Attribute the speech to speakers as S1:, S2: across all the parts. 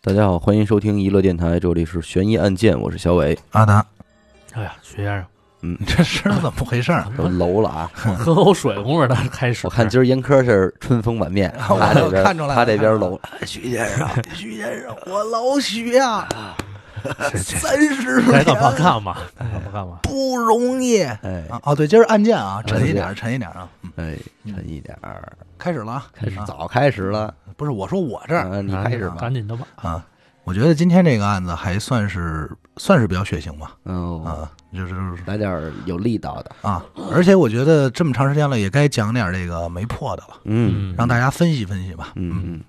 S1: 大家好，欢迎收听娱乐电台，这里是悬疑案件，我是小伟，
S2: 阿达，
S3: 哎呀，徐先生，
S1: 嗯
S2: 你，这声儿怎么回事儿？
S1: 都楼了啊！
S3: 我喝口水功夫的开始。
S1: 我看今儿严科是春风满面，
S2: 我
S1: 他这边
S2: 看出来了
S1: 他这边楼，
S2: 徐先生，徐先生，我老许 呀、啊，
S3: 这这
S2: 三十
S3: 该干嘛
S2: 年
S3: 干嘛，该干嘛干嘛。
S2: 不容易啊！
S1: 哎
S2: 哦，对，今儿案件啊，沉一点
S1: 案
S2: 儿，沉一点儿啊，嗯
S1: 哎，沉一点儿，
S2: 开始了啊，
S1: 开始
S2: 啊
S1: 早开始了，
S2: 不是我说我这儿
S1: 啊，你开始吧，
S3: 赶紧的吧。
S2: 啊，我觉得今天这个案子还算是算是比较血腥吧，
S1: 嗯，
S2: 啊，就是就是
S1: 来点儿有力道的，
S2: 啊，而且我觉得这么长时间了，也该讲点儿这个没破的了，
S1: 嗯
S3: 嗯，
S2: 让大家分析分析吧。
S1: 嗯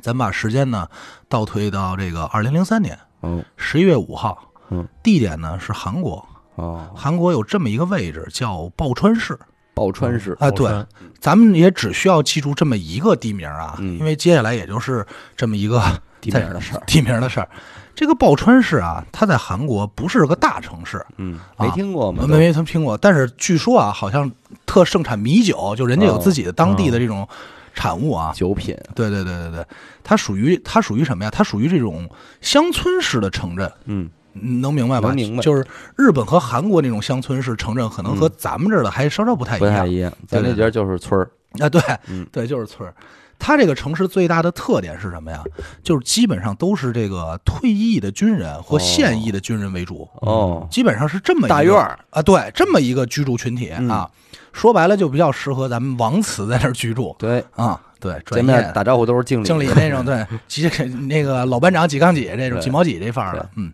S2: 咱把时间呢倒推到这个二零零三年
S1: 嗯，
S2: 十一月五号，
S1: 嗯，
S2: 地点呢是韩国，
S1: 哦哦，
S2: 韩国有这么一个位置叫报川市
S1: 报川市，
S2: 啊，
S3: 报
S2: 对
S3: 川，
S2: 咱们也只需要记住这么一个地名啊，
S1: 嗯
S2: 因为接下来也就是这么一个
S1: 地名的事儿，
S2: 地名的事儿。这个报川市啊，它在韩国不是个大城市，
S1: 嗯，
S2: 啊
S1: 没听过吗？
S2: 没没曾听过，但是据说啊，好像特盛产米酒，就人家有
S1: 哦
S2: 自己的当地的这种产物啊。
S1: 酒品，
S2: 对对对对对，它属于它属于什么呀？它属于这种乡村式的城镇，
S1: 嗯
S2: 能明白吧？
S1: 能明白嗯
S2: 就是日本和韩国那种乡村式城镇，可能和咱们这儿的还稍稍不太一
S1: 不太
S2: 样。
S1: 一样，咱那
S2: 哎对对对
S1: 边儿就是村儿，
S2: 啊，对
S1: 嗯
S2: 对，就是村儿。它这个城市最大的特点是什么呀？就是基本上都是这个退役的军人或
S1: 哦
S2: 现役的军人为主，
S1: 哦，
S2: 基本上是这么一个
S1: 大院儿嗯
S2: 啊，对，这么一个居住群体啊。说白了，就比较适合咱们王祠在那儿居住
S1: 对，
S2: 啊。对，专
S1: 见
S2: 业
S1: 面打招呼都是敬礼，
S2: 经理那种，对，几那个老班长几杠几这种
S1: 对
S2: 几毛几这范儿
S1: 对
S2: 的，嗯。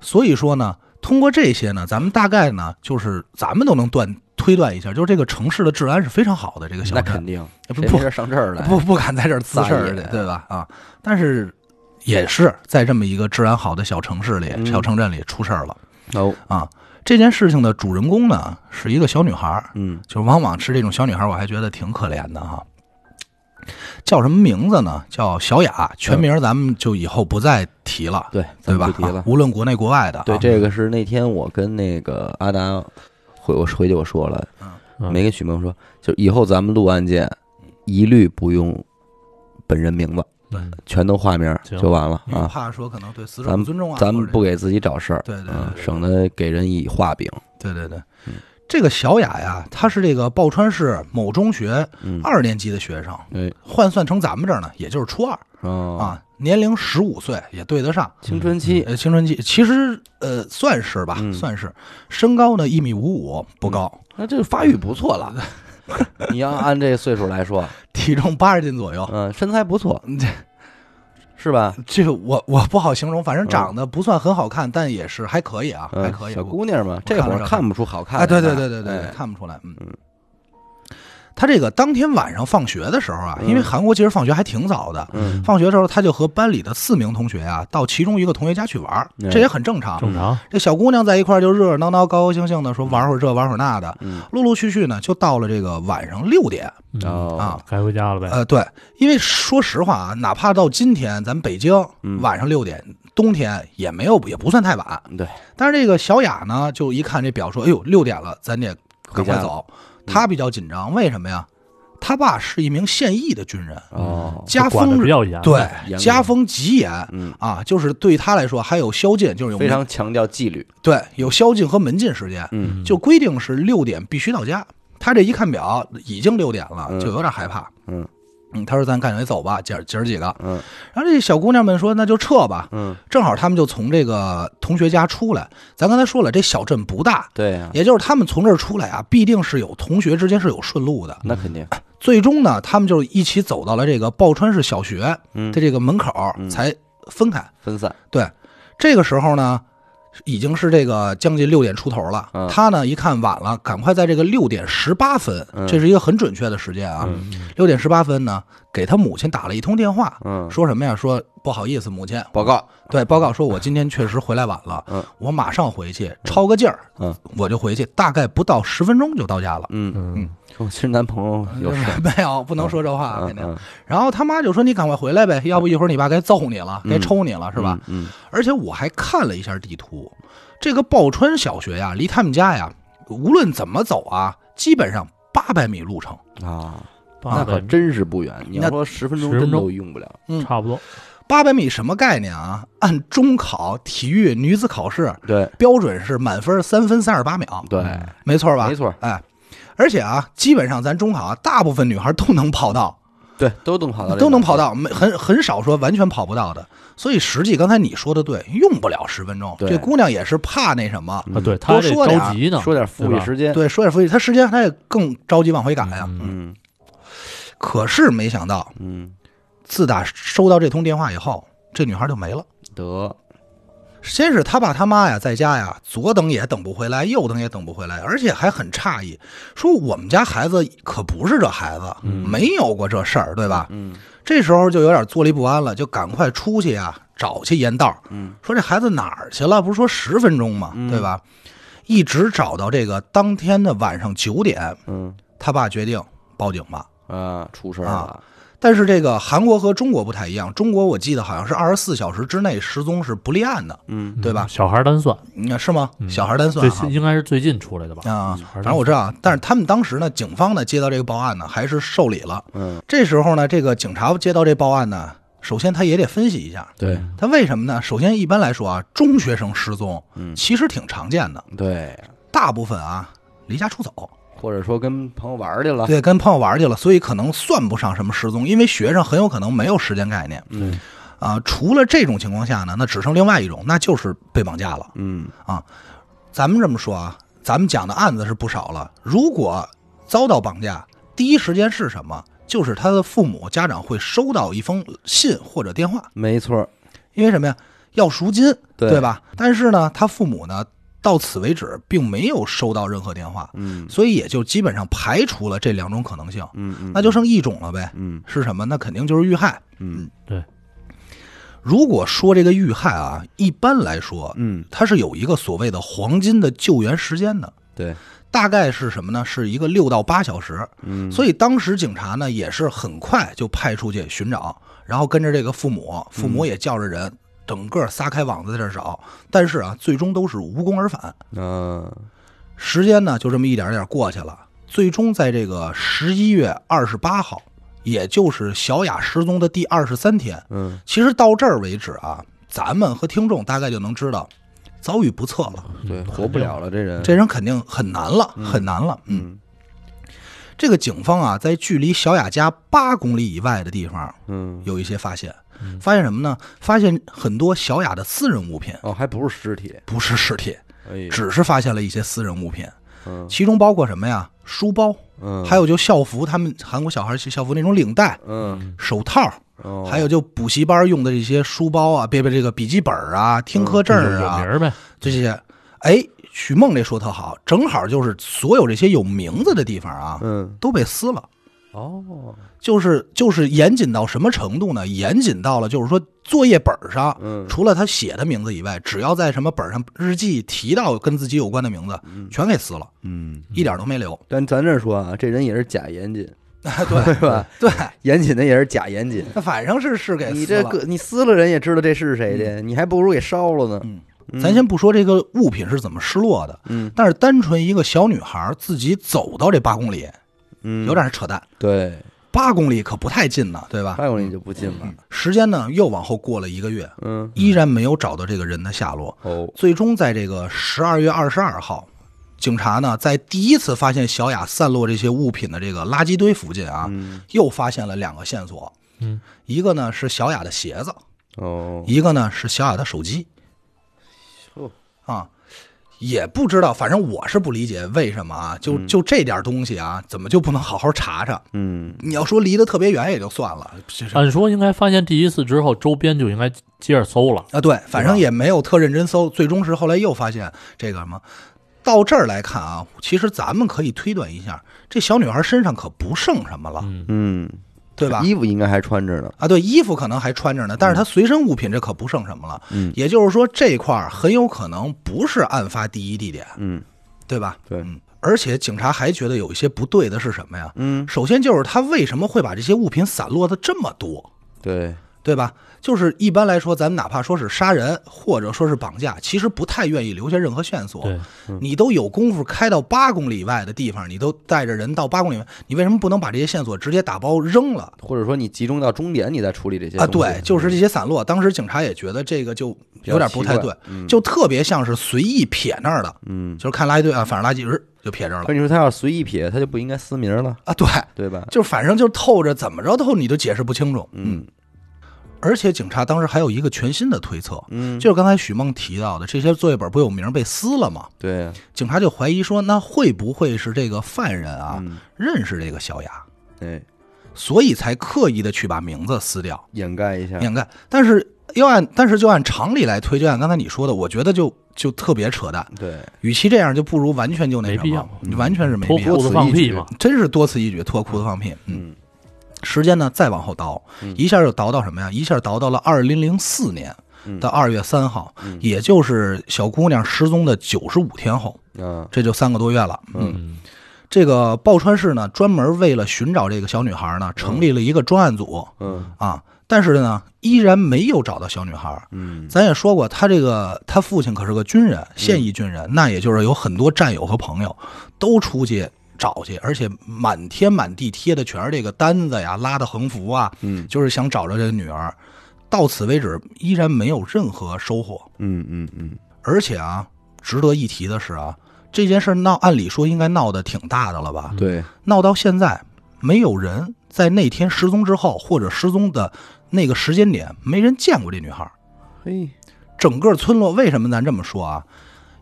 S2: 所以说呢，通过这些呢，咱们大概呢，就是咱们都能断推断一下，就是这个城市的治安是非常好的。这个小
S1: 那
S2: 镇
S1: 肯定，
S2: 不
S1: 谁没
S2: 不
S1: 事儿上这儿来？
S2: 不不敢在这儿滋事
S1: 撒野
S2: 儿去，对吧？啊，但是也是在这么一个治安好的小城市里、
S1: 嗯
S2: 小城镇里出事儿了
S1: 哦，
S2: 啊。这件事情的主人公呢是一个小女孩儿，
S1: 嗯
S2: 就往往是这种小女孩儿，我还觉得挺可怜的哈。叫什么名字呢？叫小雅，全名咱们就以后不再提了，
S1: 对，
S2: 对
S1: 咱
S2: 吧
S1: 不？提了
S2: 啊。无论国内国外的啊，
S1: 对，这个是那天我跟那个阿达回我回去我说了，
S3: 嗯
S1: 没跟许梦说，就以后咱们录案件一律不用本人名字，
S3: 嗯
S1: 全都化名儿
S3: 行
S1: 就完了
S2: 因为
S1: 啊。
S2: 怕说可能对死
S1: 咱
S2: 者
S1: 们
S2: 不尊重啊，
S1: 咱们
S2: 或者
S1: 不给自己找事儿，
S2: 对对对
S1: 嗯
S2: 对
S1: 省得给人以画饼。
S2: 对对对
S1: 嗯。
S2: 这个小雅呀，她是这个报川市某中学
S1: 嗯，
S2: 二年级的学生，
S1: 对，
S2: 换算成咱们这儿呢，也就是初二
S1: 哦，
S2: 啊，年龄十五岁也对得上。
S1: 青春期，
S2: 呃，青春期其实呃算是吧，
S1: 嗯
S2: 算是身高呢一米五五不高，
S1: 那这发育不错 了。你要按这岁数来说，
S2: 体重八十斤左右。
S1: 嗯，身材不错
S2: 哦嗯这，
S1: 是吧？
S2: 这个我我不好形容，反正长得不算很好看，但也是还可以啊，还
S1: 嗯
S2: 可，以。
S1: 小
S2: 我
S1: 姑娘嘛，这
S2: 看
S1: 会
S2: 了
S1: 儿
S2: 照片
S1: 看不出好看来
S2: 哎，
S1: 啊。
S2: 对对对对对，
S1: 哎
S2: 看不出来，嗯
S1: 嗯。
S2: 他这个当天晚上放学的时候啊，
S1: 嗯
S2: 因为韩国其实放学还挺早的，
S1: 嗯，
S2: 放学的时候他就和班里的四名同学啊，到其中一个同学家去玩儿，
S1: 嗯
S2: 这也很正常。
S3: 正常。
S2: 这小姑娘在一块儿就热热闹闹、高高兴兴的说玩会儿这玩会儿那的，
S1: 嗯，
S2: 陆陆续续呢就到了这个晚上六点
S3: 嗯
S1: 哦
S2: 啊。
S3: 该回家了呗。
S2: 呃，对，因为说实话啊，哪怕到今天咱北京
S1: 嗯
S2: 晚上六点，冬天也没有也不算太晚。
S1: 对，
S2: 但是这个小雅呢，就一看这表说，哎呦六点了，咱得赶快走。
S1: 嗯
S2: 她比较紧张，为什么呀？她爸是一名现役的军人，
S1: 哦，
S2: 家
S3: 管
S2: 风
S3: 的比较严。
S2: 对
S1: 严格
S2: 家风极严
S1: 嗯，
S2: 啊，就是对他来说还有宵禁，就是有
S1: 非
S2: 门
S1: 常强调纪律。
S2: 对有宵禁和门禁时间，
S1: 嗯
S3: 嗯，
S2: 就规定是六点必须到家。他这一看表，已经六点了
S1: 嗯，
S2: 就有点害怕。
S1: 嗯
S2: 嗯，他说：“咱赶紧走吧，姐儿姐儿几个。
S1: 嗯”
S2: 然后这小姑娘们说：“那就撤吧。
S1: 嗯，”
S2: 正好他们就从这个同学家出来。咱刚才说了，这小镇不大，
S1: 对啊呀，
S2: 也就是他们从这儿出来啊，必定是有同学之间是有顺路的。
S1: 那肯定。
S2: 最终呢，他们就一起走到了这个报川市小学
S1: 嗯
S2: 的，这个门口
S1: 嗯，
S2: 才分开。
S1: 分散。
S2: 这个时候呢，已经是这个将近六点出头了。
S1: 嗯
S2: 他呢一看晚了，赶快在这个六点十八分
S1: 嗯，
S2: 这是一个很准确的时间啊。
S1: 嗯
S2: 六点十八分呢，给他母亲打了一通电话，
S1: 嗯，
S2: 说什么呀？说不好意思，母亲，
S1: 报告。
S2: 对报告说，我今天确实回来晚了，
S1: 嗯
S2: 我马上回去抄个劲儿，
S1: 嗯
S2: 我就回去，大概不到十分钟就到家了。
S1: 嗯，
S3: 嗯
S1: 我其实男朋友有事。
S2: 没有，不能说这话，
S1: 哎
S2: 啊
S1: 嗯
S2: 肯定。
S1: 嗯
S2: 然后他妈就说：“你赶快回来呗，要不一会儿你爸该揍你了，该
S1: 嗯
S2: 抽你了，是吧？”
S1: 嗯，
S2: 而且我还看了一下地图，这个报川小学呀，离他们家呀，无论怎么走啊，基本上八百米路程。
S1: 嗯啊，
S3: 八
S1: 那
S3: 百
S1: 可
S3: 米
S1: 真是不远。你要
S2: 那
S1: 说十分钟
S3: 10
S1: 真
S3: 分钟
S1: 都用不了。
S2: 嗯
S3: 差不多。
S2: 八百米什么概念啊？按中考体育女子考试
S1: 对
S2: 标准是满分三分三十八秒，
S1: 对，
S3: 嗯
S2: 没错吧？
S1: 没错，
S2: 哎，而且啊，基本上咱中考啊，大部分女孩都能跑到，
S1: 对，都能跑到，
S2: 都能跑。到，没很很少说完全跑不到的。所以实际刚才你说的对，用不了十分钟。
S1: 对
S2: 这姑娘也是怕那什么，
S3: 啊，对他这
S2: 说点儿
S3: 着急呢，
S1: 说点富裕时间，
S2: 对，说点复习，她时间她也更着急往回赶呀、
S3: 嗯
S1: 嗯
S2: 可是没想到，
S1: 嗯，
S2: 自打收到这通电话以后，这女孩就没了。
S1: 得，
S2: 先是他爸他妈呀，在家呀，左等也等不回来，右等也等不回来，而且还很诧异，说我们家孩子可不是这孩子，没有过这事儿，对吧？
S1: 嗯
S2: 这时候就有点坐立不安了，就赶快出去啊，找去沿道，
S1: 嗯，
S2: 说这孩子哪儿去了？不是说十分钟吗？对吧？一直找到这个当天的晚上九点，
S1: 嗯
S2: 他爸决定报警吧。
S1: 啊，出事儿了，
S2: 但是这个韩国和中国不太一样，中国我记得好像是二十四小时之内失踪是不立案的，
S1: 嗯
S2: 对吧？
S3: 小孩单算，
S2: 嗯是吗？小孩单算
S3: 最
S2: 哈
S3: 新应该是最近出来的吧？嗯
S2: 啊，
S3: 小孩
S2: 反
S3: 单
S2: 正我知道，但是他们当时呢，警方呢接到这个报案呢，还是受理了。
S1: 嗯，
S2: 这时候呢，这个警察接到这报案呢，首先他也得分析一下，
S1: 对
S2: 他为什么呢？首先，一般来说啊，中学生失踪，
S1: 嗯
S2: 其实挺常见的，
S1: 对，
S2: 大部分啊离家出走，
S1: 或者说跟朋友玩儿去
S3: 啊
S1: 了，
S2: 对，跟朋友玩去了，所以可能算不上什么失踪，因为学生很有可能没有时间概念。
S1: 嗯
S2: 啊，除了这种情况下呢，那只剩另外一种，那就是被绑架了。
S1: 嗯
S2: 咱们这么说啊，咱们讲的案子是不少了。如果遭到绑架，第一时间是什么？就是他的父母、家长会收到一封信或者电话，
S1: 没错儿，
S2: 因为什么呀？要赎金，
S1: 对
S2: 对吧？但是呢，他父母呢，到此为止并没有收到任何电话，
S1: 嗯
S2: 所以也就基本上排除了这两种可能性，
S1: 嗯嗯，
S2: 那就剩一种了呗。
S1: 嗯
S2: 是什么？那肯定就是遇害。
S1: 嗯
S2: 如果说这个遇害啊，一般来说，
S1: 嗯，
S2: 它是有一个所谓的黄金的救援时间的，
S1: 对，
S2: 大概是什么呢？是一个六到八小时。
S1: 嗯
S2: 所以当时警察呢也是很快就派出去寻找，然后跟着这个父母，父母也叫着人，整个撒开网子在这儿找，但是啊，最终都是无功而返。
S1: 嗯
S2: 时间呢就这么一点点过去了，最终在这个十一月二十八号，也就是小雅失踪的第二十三天，
S1: 嗯
S2: 其实到这儿为止啊，咱们和听众大概就能知道，遭遇不测了，
S1: 对，活不了了这人，
S2: 这人肯定很难了，很难了。嗯，
S1: 嗯
S2: 这个警方啊，在距离小雅家八公里以外的地方
S1: 嗯，
S2: 有一些发现
S3: 嗯，
S2: 发现什么呢？发现很多小雅的私人物品，
S1: 哦，还不是尸体，
S2: 不是尸体，
S1: 哎呀，
S2: 只是发现了一些私人物品，
S1: 嗯
S2: 其中包括什么呀？书包，
S1: 嗯，
S2: 还有就校服，他们韩国小孩校服那种领带、
S1: 嗯，
S2: 手套，
S1: 哦
S2: 还有就补习班用的这些书包啊，别别这个笔记本啊、
S1: 嗯
S2: 听课证
S3: 有有
S2: 啊，
S3: 名儿呗，
S2: 这些，哎，许梦这说特好，正好就是所有这些有名字的地方啊，
S1: 嗯
S2: 都被撕了。
S1: 哦，
S2: 就是就是严谨到什么程度呢？严谨到了就是说作业本上，
S1: 嗯
S2: 除了他写的名字以外，只要在什么本上日记提到跟自己有关的名字，全给撕了，
S1: 嗯。
S2: 一点都没 留。
S1: 但咱这说啊，这人也是假严谨，
S2: 对
S1: 对吧？
S2: 对，
S1: 严谨的也是假严谨。
S2: 那反正是是给
S1: 你
S2: 撕
S1: 这
S2: 了。
S1: 个嗯你撕了人也知道这是谁的，你还不如给烧了呢。
S2: 嗯咱先不说这个物品是怎么失落的，
S1: 嗯
S2: 但是单纯一个小女孩自己走到这八公里，
S1: 嗯，
S2: 有点扯淡。
S1: 对，
S2: 八公里可不太近呢，对吧？
S1: 还有你就不进了。
S2: 时间呢又往后过了一个月，
S1: 嗯，
S2: 依然没有找到这个人的下落。
S1: 哦，
S2: 最终在这个十二月二十二号，警察呢在第一次发现小雅散落这些物品的这个垃圾堆附近啊，
S1: 嗯，
S2: 又发现了两个线索，
S3: 嗯，
S2: 一个呢是小雅的鞋子，
S1: 哦，
S2: 一个呢是小雅的手机
S1: 哟。
S2: 啊，也不知道，反正我是不理解为什么啊，就就这点东西啊，怎么就不能好好查查？
S1: 嗯，
S2: 你要说离得特别远也就算了，就是
S1: 啊
S3: 按说应该发现第一次之后，周边就应该接着搜了。
S2: 啊，对，反正也没有特认真搜，最终是后来又发现这个什么。到这儿来看啊，其实咱们可以推断一下，这小女孩身上可不剩什么了，
S3: 嗯，
S1: 嗯，
S2: 对吧？
S1: 衣服应该还穿着呢。
S2: 啊，对，衣服可能还穿着呢，但是她随身物品这可不剩什么了。
S1: 嗯，
S2: 也就是说这块儿很有可能不是案发第一地点，
S1: 嗯，
S2: 对吧？
S1: 对
S2: 嗯。而且警察还觉得有一些不对的是什么呀？
S1: 嗯，
S2: 首先就是他为什么会把这些物品散落的这么多，
S1: 对，
S2: 对吧？就是一般来说，咱们哪怕说是杀人或者说是绑架，其实不太愿意留下任何线索。
S3: 对，
S1: 嗯
S2: 你都有功夫开到八公里以外的地方，你都带着人到八公里外，你为什么不能把这些线索直接打包扔了
S1: 或者说你集中到终点，你再处理这些
S2: 啊？
S1: 东西
S2: 对，就是这些散落。当时警察也觉得这个就有点不太对，，
S1: 嗯比较奇怪嗯
S2: 就特别像是随意撇那儿的，
S1: 嗯，
S2: 就是看垃圾堆啊，反正垃圾日就撇这儿了
S1: 可你说他要随意撇，他就不应该撕名了，
S2: 啊。对，
S1: 对 吧？
S2: 就反正就透着怎么着透，你都解释不清楚。
S1: 嗯
S2: 而且警察当时还有一个全新的推测，
S1: 嗯，
S2: 就是刚才许梦提到的，这些作业本不有名被撕了吗？
S1: 对啊，
S2: 警察就怀疑说，那会不会是这个犯人啊、
S1: 嗯
S2: 认识这个小雅，
S1: 哎，
S2: 所以才刻意的去把名字撕掉
S1: 掩盖一下，
S2: 掩盖？但是要按，但是就按常理来推，就按刚才你说的，我觉得就就特别扯淡。
S1: 对，
S2: 与其这样，就不如完全就那
S3: 没
S2: 什
S3: 必
S2: 么
S3: 要，嗯
S2: 完全是没
S3: 脱
S2: 必要
S3: 裤。子放屁嘛，
S2: 真是多此一举，脱裤子放屁。嗯，
S1: 嗯
S2: 时间呢再往后倒，一下就倒到什么呀？一下倒到了二零零四年
S1: 嗯
S2: 的二月三号，
S1: 嗯
S2: 也就是小姑娘失踪的九十五天后，
S1: 啊，
S2: 这就三个多月了。
S1: 嗯
S3: 嗯，
S2: 这个报川市呢，专门为了寻找这个小女孩呢，成立了一个专案组
S1: 嗯
S2: 啊，但是呢，依然没有找到小女孩。
S1: 嗯，
S2: 咱也说过，他这个他父亲可是个军人，现役军人，那也就是有很多战友和朋友都出去找去，而且满天满地贴的全是这个单子呀、拉的横幅啊，
S1: 嗯
S2: 就是想找着这个女儿。到此为止，依然没有任何收获。
S1: 嗯嗯嗯，
S2: 而且啊，值得一提的是啊，这件事闹，按理说应该闹得挺大的了吧？
S1: 对，
S2: 闹到现在，没有人在那天失踪之后或者失踪的那个时间点，没人见过这女孩。
S1: 嘿，
S2: 整个村落为什么咱这么说啊？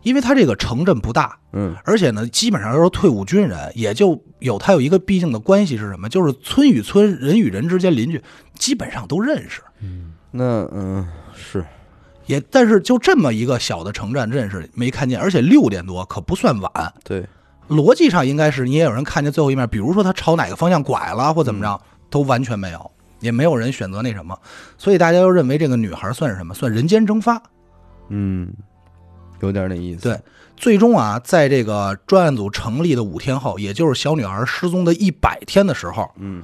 S2: 因为他这个城镇不大，
S1: 嗯
S2: 而且呢，基本上都呃是退伍军人，也就有他有一个必定的关系是什么？就是村与村、人与人之间，邻居基本上都认识。
S1: 那嗯是，
S2: 也但是就这么一个小的城镇认识没看见，而且六点多可不算晚，
S1: 对，
S2: 逻辑上应该是你也有人看见最后一面，比如说他朝哪个方向拐了或怎么着，都完全没有，也没有人选择那什么，所以大家都认为这个女孩算是什么？算人间蒸发。
S1: 嗯，有点那意思，
S2: 对，最终啊，在这个专案组成立的五天后，也就是小女孩失踪的一百天的时候，
S1: 嗯，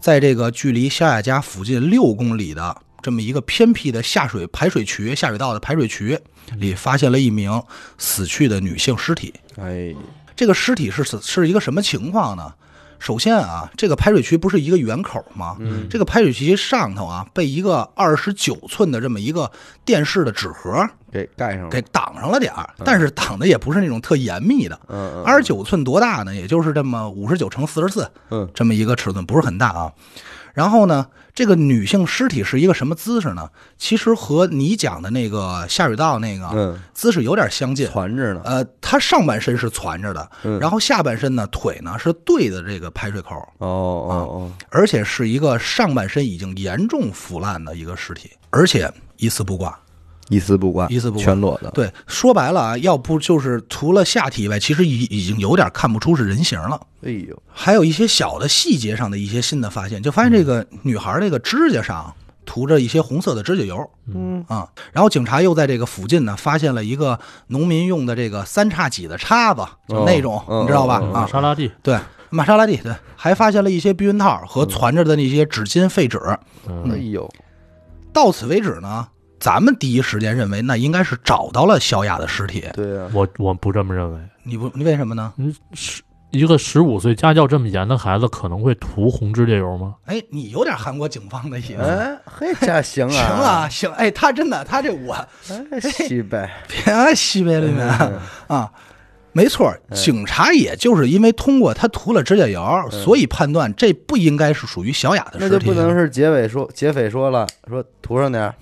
S2: 在这个距离肖雅家附近六公里的这么一个偏僻的下水排水渠、下水道的排水渠里，发现了一名死去的女性尸体。
S1: 哎，
S2: 这个尸体是死是一个什么情况呢？首先啊，这个排水渠不是一个圆口吗？
S1: 嗯
S2: 这个排水渠上头啊，被一个二十九寸的这么一个电视的纸盒
S1: 给盖上了，
S2: 给挡上了点儿，但是挡的也不是那种特严密的。
S1: 嗯嗯
S2: 二十九寸多大呢？也就是这么五十九乘四十四
S1: 嗯
S2: 这么一个尺寸，不是很大啊。然后呢，这个女性尸体是一个什么姿势呢？其实和你讲的那个下水道那个
S1: 嗯，
S2: 姿势有点相近，
S1: 团着呢，
S2: 呃，她上半身是攒着的，
S1: 嗯
S2: 然后下半身呢，腿呢是对着这个排水口，
S1: 哦哦
S2: 而且是一个上半身已经严重腐烂的一个尸体，而且一丝不挂。
S1: 哦，一丝不挂，
S2: 一丝不挂
S1: 全裸的，
S2: 对，说白了啊，要不就是除了下体以外，其实已已经有点看不出是人形了。
S1: 哎呦，
S2: 还有一些小的细节上的一些新的发现，就发现这个女孩这个指甲上涂着一些红色的指甲油
S1: 嗯
S2: 啊、然后警察又在这个附近呢发现了一个农民用的这个三叉戟的叉子，就那种、
S1: 哦
S2: 你知道吧？
S1: 哦哦哦
S2: 啊，
S3: 嗯沙拉蒂，
S2: 对，玛莎拉蒂，对，还发现了一些避孕套
S1: 嗯
S2: 和攒着的那些纸巾、废纸。
S3: 嗯
S1: 哎呦，
S2: 到此为止呢，咱们第一时间认为那应该是找到了小雅的尸体。
S1: 对啊，
S3: 我我不这么认为，
S2: 你不，你为什么呢？
S3: 一个十五岁家教这么严的孩子可能会涂红指甲油吗？
S2: 哎，你有点韩国警方的意思。
S1: 哎，嘿，这行啊，
S2: 行啊，，行，哎，他真的，他这我
S1: 哎，西北，
S2: 别西北里
S1: 嗯
S2: 面啊，没错儿，警察也就是因为通过他涂了指甲油，所以判断这不应该是属于小雅
S1: 嗯
S2: 的
S1: 那
S2: 尸
S1: 就
S2: 体
S1: 不。能是劫匪说劫匪说了说涂上点儿，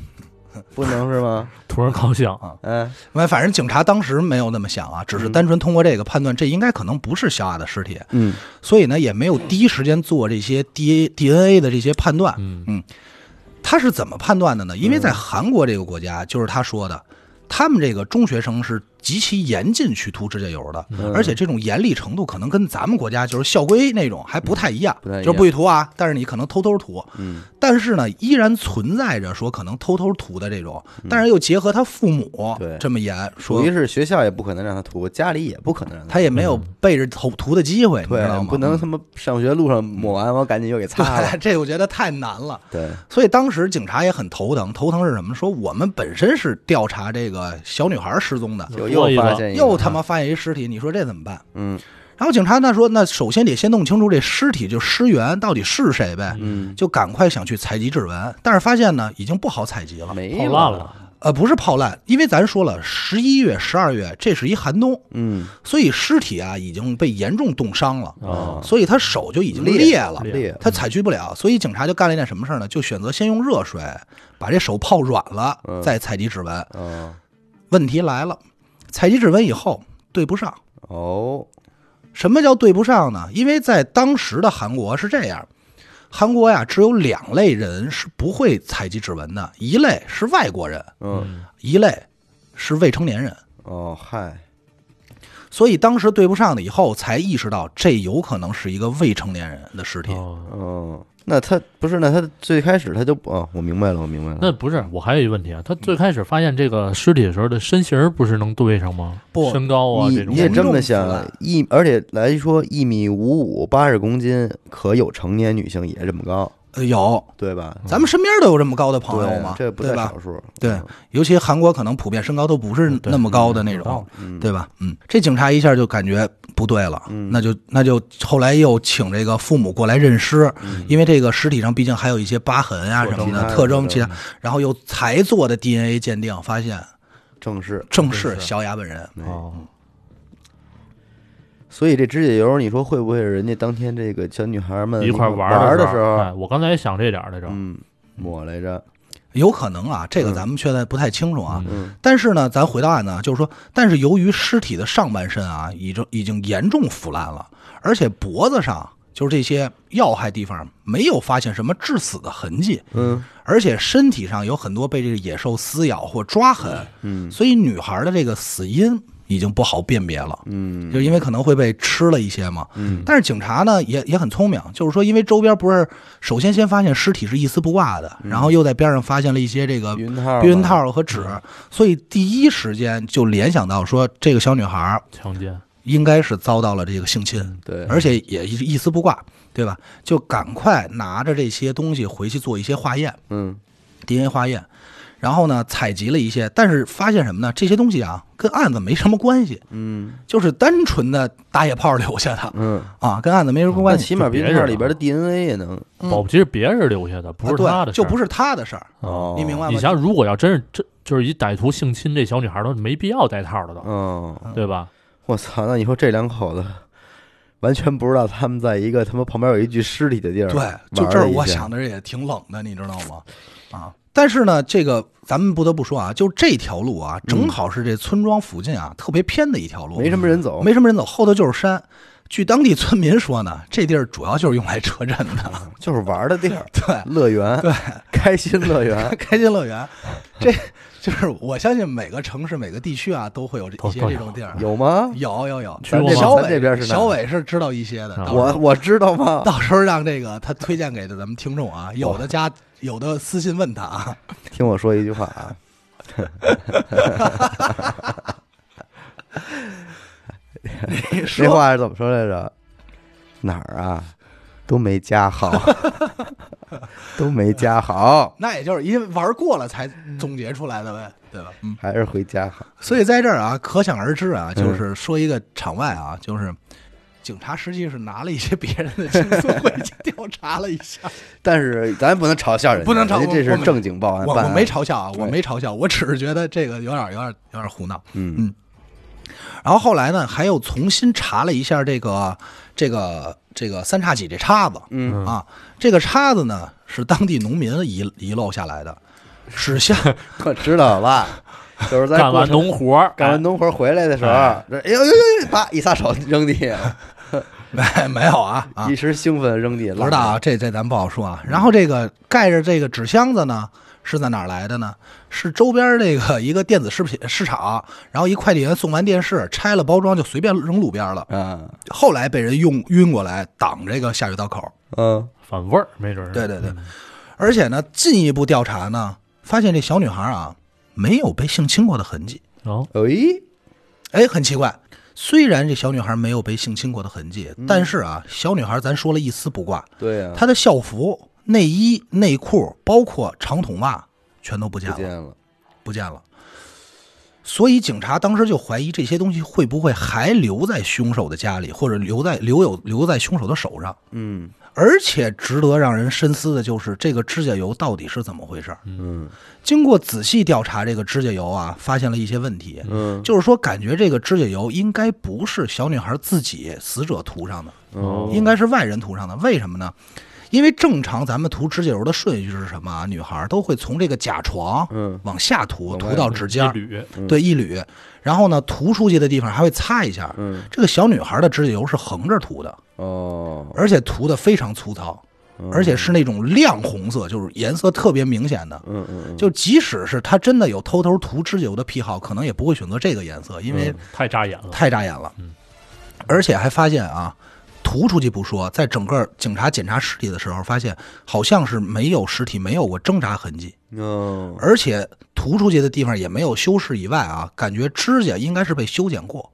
S1: 不能是吗？
S3: 涂上烤香，
S1: 哎，
S2: 哎，反正警察当时没有那么想啊，只是单纯通过这个判断，这应该可能不是小雅的尸体。
S1: 嗯
S2: 所以呢，也没有第一时间做这些 D DNA 的这些判断。
S3: 嗯
S2: 他
S1: 嗯
S2: 是怎么判断的呢？因为在韩国这个国家，就是他说的，他们这个中学生是极其严禁去涂指甲油的，
S1: 嗯
S2: 而且这种严厉程度可能跟咱们国家就是校规那种还不太一样，
S1: 嗯不太一样
S2: 就是不许涂啊，但是你可能偷偷涂，
S1: 嗯
S2: 但是呢，依然存在着说可能偷偷涂的这种，但是又结合他父母
S1: 嗯对
S2: 这么严，说
S1: 属于是学校也不可能让他涂，家里也不可能让他
S2: 他也没有背着头涂的机会，你知道
S1: 对，啊
S2: 吗？
S1: 不能他妈上学路上抹完，完赶紧又给擦了。
S2: 对， 这我觉得太难了。
S1: 对，
S2: 所以当时警察也很头疼，头疼是什么？说我们本身是调查这个小女孩失踪的，
S1: 就
S3: 多
S1: 又
S3: 一
S1: 发
S3: 个
S1: 现一个
S2: 又他妈发现一尸体，你说这怎么办？
S1: 嗯
S2: 然后警察那说，那首先得先弄清楚这尸体就尸源到底是谁呗，
S1: 嗯，
S2: 就赶快想去采集指纹，但是发现呢已经不好采集了，
S1: 没
S3: 泡烂，了，
S2: 呃，不是泡烂，因为咱说了，十一月、十二月这是一寒冬，
S1: 嗯
S2: 所以尸体啊已经被严重冻伤了，
S1: 啊，
S2: 所以他手就已经
S1: 裂
S2: 裂了，
S3: 裂
S1: 裂，
S2: 他采取不了，所以警察就干了一件什么事儿呢？就选择先用热水把这手泡软了，
S1: 嗯
S2: 再采集指纹。
S1: 嗯
S2: 问题来了，采集指纹以后对不上。
S1: 哦，
S2: 什么叫对不上呢？因为在当时的韩国是这样，韩国呀只有两类人是不会采集指纹的，一类是外国人，
S1: 嗯
S2: 一类是未成年人。
S1: 哦，嗨，
S2: 所以当时对不上了以后，才意识到这有可能是一个未成年人的尸体。
S3: 哦
S1: 哦，那他不是那他最开始他就哦，我明白了，我明白了。
S3: 那不是，我还有一个问题啊，他最开始发现这个尸体的时候的身形儿不是能对上吗？
S2: 不
S3: 身高啊
S1: 你
S3: 这种
S1: 你也
S2: 严
S1: 这
S2: 重
S1: 么
S2: 腐
S1: 想
S2: 烂，
S1: 一而且来说一米五五八十公斤，可有成年女性也这么高，
S2: 呃，有，
S1: 对吧？
S2: 咱们身边都有这么高的朋友
S1: 对
S2: 嘛，
S1: 这不
S2: 对
S1: 在
S2: 吧
S1: 少？数。
S2: 对，尤其韩国可能普遍身高都不是那么高的那
S3: 有道
S2: 种，
S1: 嗯，
S2: 对吧？嗯，这警察一下就感觉不对了，
S1: 嗯
S2: 那就那就后来又请这个父母过来认尸，
S1: 嗯
S2: 因为这个尸体上毕竟还有一些疤痕啊
S3: 特
S2: 什
S3: 征
S2: 么
S1: 啊
S2: 的特征，
S1: 什
S2: 其
S1: 么
S2: 他然后又才做的 DNA 鉴定，发现
S1: 正是。
S2: 正是
S3: 是
S2: 小雅本人。
S1: 哎
S3: 哦，
S1: 所以这指甲油，你说会不会是人家当天这个小女孩们
S3: 一块
S1: 呃玩
S3: 儿
S1: 的
S3: 的
S1: 时候，
S3: 哎，我刚才也想这点儿来着，
S1: 嗯，抹来着，
S2: 有可能啊，这个
S1: 嗯
S2: 咱们现在不太清楚啊。
S1: 嗯
S2: 但是呢，咱回到案呢，就是说，但是由于尸体的上半身啊，已经已经严重腐烂了，而且脖子上就是这些要害地方没有发现什么致死的痕迹，
S1: 嗯
S2: 而且身体上有很多被这个野兽撕咬或抓痕，
S1: 嗯
S2: 所以女孩的这个死因已经不好辨别了。
S1: 嗯
S2: 就因为可能会被吃了一些嘛，
S1: 嗯
S2: 但是警察呢也也很聪明，就是说，因为周边不是首先先发现尸体是一丝不挂的，然后又在边上发现了一些这个
S1: 嗯避孕套，
S2: 呃
S1: 啊嗯
S2: 避孕，套和纸，所以第一时间就联想到说这个小女孩
S3: 强奸，
S2: 应该是遭到了这个性侵，
S1: 对，
S2: 而且也一一丝不挂，对吧？就赶快拿着这些东西回去做一些化验
S1: 嗯
S2: ，DNA 化验，然后呢采集了一些，但是发现什么呢？这些东西啊跟案子没什么关系，
S1: 嗯
S2: 就是单纯的打野炮留下的
S1: 嗯，
S2: 啊，跟案子没什么
S1: 那
S2: 关系。
S1: 起码避孕套里边
S3: 别人
S1: 的
S3: 啊
S1: DNA 也能，
S2: 嗯
S3: 保不齐是别人留下哦的，不是
S2: 啊
S3: 他
S2: 对，
S3: 的事
S2: 就
S3: 儿，
S2: 不是他的事儿，
S1: 哦，
S2: 你明白吗？
S3: 你想，如果要真是这就是一歹徒性侵这小女孩儿，都没必要带套的，都
S1: 哦，
S3: 对吧？
S1: 我操！那你说这两口子 完全不知道他们在一个他妈旁边有一具尸体的地儿，
S2: 对，就这儿我想的也挺冷的，你知道吗？啊，但是呢，这个咱们不得不说啊，就这条路啊，
S3: 嗯
S2: 正好是这村庄附近啊特别偏的一条路，
S1: 没什么人走，
S2: 没什么人走，后头就是山。据当地村民说呢，这地儿主要就是用来 车震的，
S1: 就是玩的地儿，
S2: 对，，
S1: 乐园，对，开心乐园
S2: 开心乐园。这就是我相信每个城市、每个地区啊都会有这一些
S3: 都都
S2: 这
S3: 有
S2: 种地儿，
S1: 有吗？
S2: 有有有。
S3: 去过吗
S2: 小
S1: 咱这边
S2: 伟
S1: 是哪
S2: 小伟是知道一些的，
S3: 啊
S2: 到时候
S1: 我我知道吗？
S2: 到时候让这个他推荐给的咱们听众啊，有的家有的私信问他啊，
S1: 听我说一句话 啊。这话是怎么说来着？哪儿啊，都没家好， 都没家好，
S2: 那也就是因为玩过了才总结出来的呗，对吧？嗯，
S1: 还是回家好。
S2: 所以在这儿啊，可想而知
S1: 嗯
S2: 啊，就是说一个场外啊，就是警察实际是拿了一些别人的 轻松回去调查了一下，
S1: 但是咱不能嘲笑人家，
S2: 不能嘲
S1: 人家这
S2: 我
S1: 是
S2: 们
S1: 正经报案，
S2: 我
S1: 办
S2: 我
S1: 案
S2: 没嘲笑啊，
S1: 对
S2: 我没嘲笑，我只是觉得这个有点有点有点胡闹。
S1: 嗯
S2: 然后后来呢，还又重新查了一下这个这个这个三叉戟这叉子，
S1: 嗯
S2: 啊，这个叉子呢是当地农民遗遗漏下来的，指向
S1: 我知道 了，就是在
S3: 干
S1: 过
S3: 完
S1: 程
S3: 农活儿，
S1: 干完农活回来的时候，
S3: 哎
S1: 这哎呦呦呦，啪一撒手扔地，
S2: 啊没没有啊啊
S1: 一，时兴奋扔地，
S2: 不知道啊，这这咱不好说啊。然后这个盖着这个纸箱子呢，是在哪儿来的呢？是周边这个一个电子饰品市场，然后一快递员送完电视，拆了包装就随便扔路边了。
S1: 嗯
S2: 后来被人用晕过来挡这个下水道口。
S1: 嗯
S3: 反味儿，没准儿。嗯
S2: 对对对，而且呢，进一步调查呢，发现这小女孩啊没有被性侵过的痕迹。
S3: 然后
S1: 哎，
S2: 哎，很奇怪，虽然这小女孩没有被性侵过的痕迹，但是啊，小女孩咱说了一丝不挂，
S1: 对啊呀、
S2: 她的校服、内衣、内裤，包括长筒袜，全都不见
S1: 不
S2: 了，
S1: 见了，
S2: 不见了。所以警察当时就怀疑这些东西会不会还留在凶手的家里，或者留在留有留在凶手的手上。
S1: 嗯
S2: 而且值得让人深思的就是，这个指甲油到底是怎么回事儿？
S1: 嗯
S2: 经过仔细调查，这个指甲油啊，发现了一些问题。
S1: 嗯，
S2: 就是说，感觉这个指甲油应该不是小女孩自己死者涂上的，
S1: 哦
S2: 应该是外人涂上的。为什么呢？因为正常咱们涂指甲油的顺序是什么啊？女孩都会从这个甲床
S1: 嗯
S2: 往下涂，
S1: 往外
S2: 涂到指尖
S3: 一，缕
S2: 对，一缕。然后呢，涂出去的地方还会擦一下。
S1: 嗯
S2: 这个小女孩的指甲油是横着涂的，
S1: 哦，
S2: 而且涂的非常粗糙，而且是那种亮红色，就是颜色特别明显的。
S1: 嗯嗯嗯，
S2: 就即使是她真的有偷偷涂指甲油的癖好，可能也不会选择这个颜色，因为
S1: 嗯
S3: 太扎眼了。
S2: 太扎眼了。而且还发现啊，涂出去不说，在整个警察检查尸体的时候，发现好像是没有尸体没有过挣扎痕迹，
S1: 哦
S2: 而且涂出去的地方也没有修饰以外啊，感觉指甲应该是被修剪过，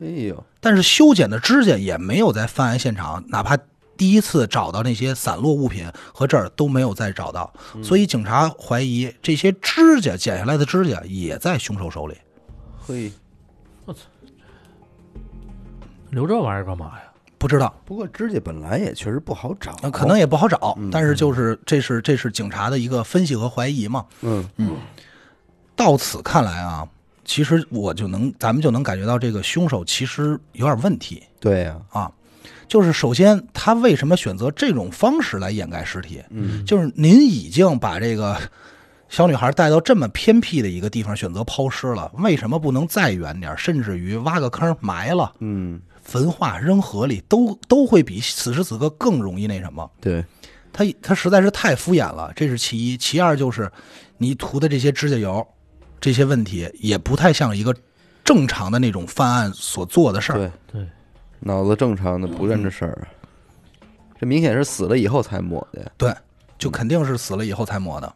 S1: 哎呦，
S2: 但是修剪的指甲也没有在犯案现场，哪怕。第一次找到那些散落物品和这儿都没有再找到，所以警察怀疑这些指甲剪下来的指甲也在凶手手里。
S1: 嘿，
S3: 留这玩意儿干嘛呀？
S2: 不知道
S1: 不过指甲本来也确实不好找，
S2: 那可能也不好
S1: 哦
S2: 找，但是就是这是这是警察的一个分析和怀疑嘛。
S1: 嗯
S2: 到此看来啊，其实我就能咱们就能感觉到这个凶手其实有点问题
S1: 对呀、
S2: 啊。就是首先他为什么选择这种方式来掩盖尸体？
S1: 嗯，
S2: 就是您已经把这个小女孩带到这么偏僻的一个地方选择抛尸了，为什么不能再远点儿，甚至于挖个坑埋了、
S1: 嗯
S2: 焚化、扔河里，都都会比此时此刻更容易那什么？
S1: 对，
S2: 他他实在是太敷衍了，这是其一。其二就是你涂的这些指甲油，这些问题也不太像一个正常的那种犯案所做的事儿。
S1: 对，
S3: 对，
S1: 脑子正常的不认这事儿，啊这明显是死了以后才抹的。
S2: 对，就肯定是死了以后才抹的。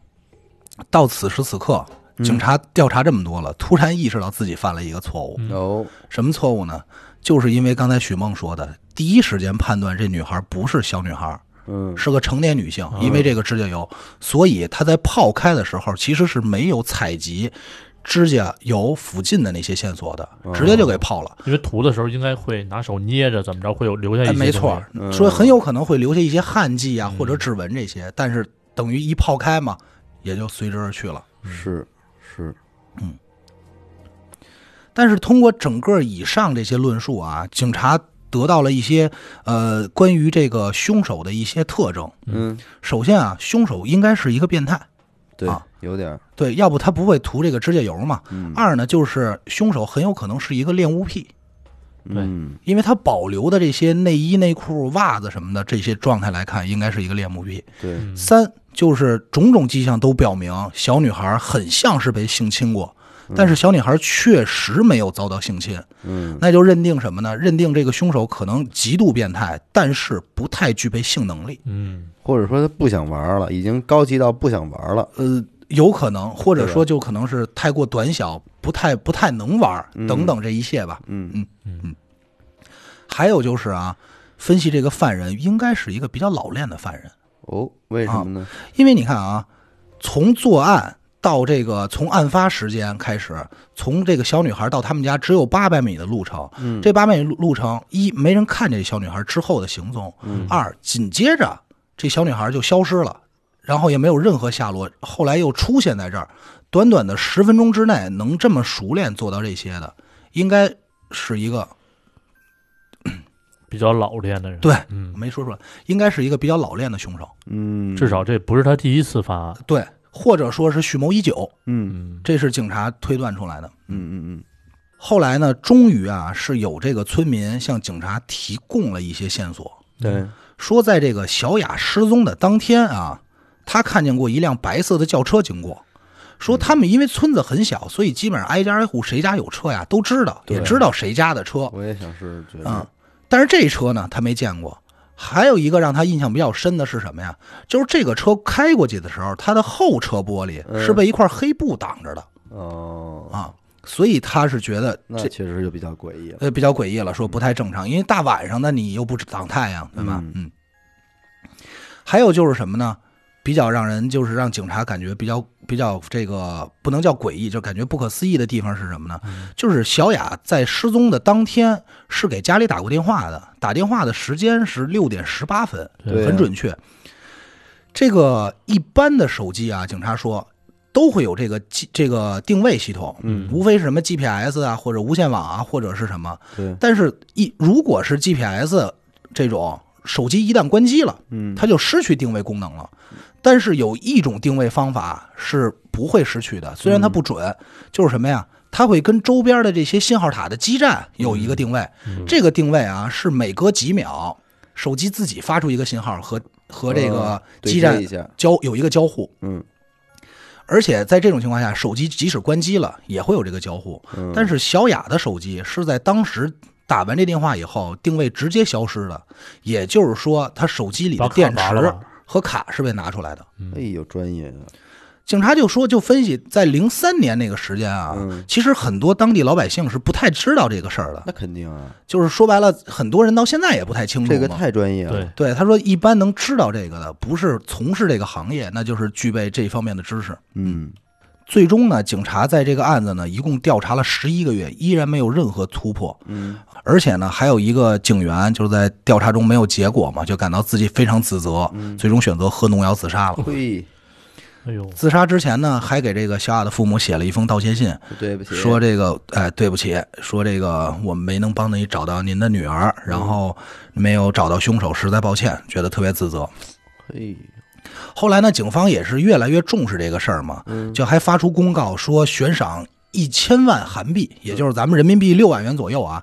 S2: 到此时此刻，警察调查这么多了，突然意识到自己犯了一个错误。
S1: 哦，
S2: 什么错误呢？就是因为刚才许梦说的，第一时间判断这女孩不是小女孩，
S1: 嗯
S2: 是个成年女性，因为这个指甲油，所以她在泡开的时候其实是没有采集指甲油附近的那些线索的，直接就给泡了。
S3: 因为涂的时候应该会拿手捏着，怎么着会有留下一些
S2: 哎，
S3: 东西。
S2: 没错，所以很有可能会留下一些汗迹啊，或者指纹这些，但是等于一泡开嘛，也就随之而去了。
S1: 是是，
S2: 但是通过整个以上这些论述啊，警察得到了一些呃关于这个凶手的一些特征。
S1: 嗯，
S2: 首先啊，凶手应该是一个变态。
S1: 对
S2: 啊，
S1: 有点儿，
S2: 对，要不他不会涂这个指甲油嘛。
S1: 嗯
S2: 二呢，就是凶手很有可能是一个恋物癖，
S3: 对
S1: 嗯
S2: 因为他保留的这些内衣、内裤、袜子什么的这些状态来看，应该是一个恋物癖。
S1: 对，嗯
S2: 三就是种种迹象都表明，小女孩很像是被性侵过，但是小女孩确实没有遭到性侵，
S1: 嗯
S2: 那就认定什么呢？认定这个凶手可能极度变态，但是不太具备性能力。
S3: 嗯，
S1: 或者说他不想玩儿了，已经高级到不想玩儿了。
S2: 呃，有可能，或者说就可能是太过短小，不太不太能玩儿等等这一切吧。
S1: 嗯
S2: 嗯嗯。还有就是啊，分析这个犯人应该是一个比较老练的犯人，
S1: 哦，为什么呢？
S2: 因为你看啊，从作案到这个从案发时间开始，从这个小女孩到他们家只有八百米的路程。嗯，这八百米路路程，一没人看见这小女孩之后的行踪，二紧接着这小女孩就消失了，然后也没有任何下落，后来又出现在这儿，短短的十分钟之内能这么熟练做到这些的，应该是一个
S3: 比较老练的人。
S2: 对，
S3: 嗯
S2: 没说出来，应该是一个比较老练的凶手，
S1: 嗯，
S3: 至少这不是他第一次犯案。
S2: 对，或者说是蓄谋已久，
S1: 嗯
S3: 嗯，
S2: 这是警察推断出来的。
S1: 嗯嗯
S2: 后来呢，终于啊，是有这个村民向警察提供了一些线索，
S1: 嗯，对，
S2: 说在这个小雅失踪的当天啊，他看见过一辆白色的轿车经过，说他们因为村子很小，所以基本上挨家挨户谁家有车呀都知道，也
S1: 对
S2: 知道谁家的车。
S1: 我也想是觉
S2: 嗯
S1: 得，，
S2: 但是这车呢，他没见过。还有一个让他印象比较深的是什么呀？就是这个车开过去的时候，它的后车玻璃
S1: 嗯
S2: 是被一块黑布挡着的
S1: 哦，
S2: 啊，所以他是觉得
S1: 那
S2: 这
S1: 确实就比较诡异了。
S2: 呃比较诡异了，说不太正常，因为大晚上的你又不挡太阳，对吧？嗯。还有就是什么呢？比较让人就是让警察感觉比较比较这个不能叫诡异，就感觉不可思议的地方是什么呢？就是小雅在失踪的当天是给家里打过电话的，打电话的时间是六点十八分，
S3: 嗯啊
S1: 对
S2: 很准确。这个一般的手机啊，警察说都会有这个记这个定位系统，
S1: 嗯
S2: 无非是什么 GPS 啊，或者无线网啊，或者是什么。
S1: 对，
S2: 但是一，如果是 GPS 这种手机一旦关机了，
S1: 嗯，
S2: 它就失去定位功能了。但是有一种定位方法是不会失去的，虽然
S1: 嗯
S2: 它不准，就是什么呀？它会跟周边的这些信号塔的基站有
S1: 嗯
S2: 一个定位，这个定位啊是每隔几秒手机自己发出一个信号和和这个
S1: 呃对
S2: 基站
S1: 接一下，
S2: 交有一个交互，
S1: 嗯，
S2: 而且在这种情况下，手机即使关机了也会有这个交互。
S1: 嗯
S2: 但是小雅的手机是在当时打完这电话以后，定位直接消失的，也就是说，她手机里的
S3: 把
S2: 电
S3: 卡拔了
S2: 池
S3: 吧，
S2: 和卡是被拿出来的。
S1: 哎呦，专业啊，
S2: 警察就说，就分析，在零三年那个时间啊，
S1: 嗯
S2: 其实很多当地老百姓是不太知道这个事儿的，
S1: 那肯定啊，
S2: 就是说白了，很多人到现在也不太清楚嘛。
S1: 这个太专业了
S3: 对。
S2: 对，他说一般能知道这个的，不是从事这个行业，那就是具备这方面的知识。
S1: 嗯，
S2: 最终呢，警察在这个案子呢，一共调查了十一个月，依然没有任何突破。
S1: 嗯，
S2: 而且呢，还有一个警员就是在调查中没有结果嘛，就感到自己非常自责，最终选择喝农药自杀了。
S1: 嘿，
S3: 哎呦，
S2: 自杀之前呢，还给这个小雅的父母写了一封道歉信，
S1: 对不起，
S2: 说这个，哎，对不起，说这个我们没能帮你找到您的女儿，然后没有找到凶手，实在抱歉，觉得特别自责。
S1: 嘿，
S2: 后来呢，警方也是越来越重视这个事儿嘛，就还发出公告说悬赏一千万韩币，也就是咱们人民币六万元左右啊。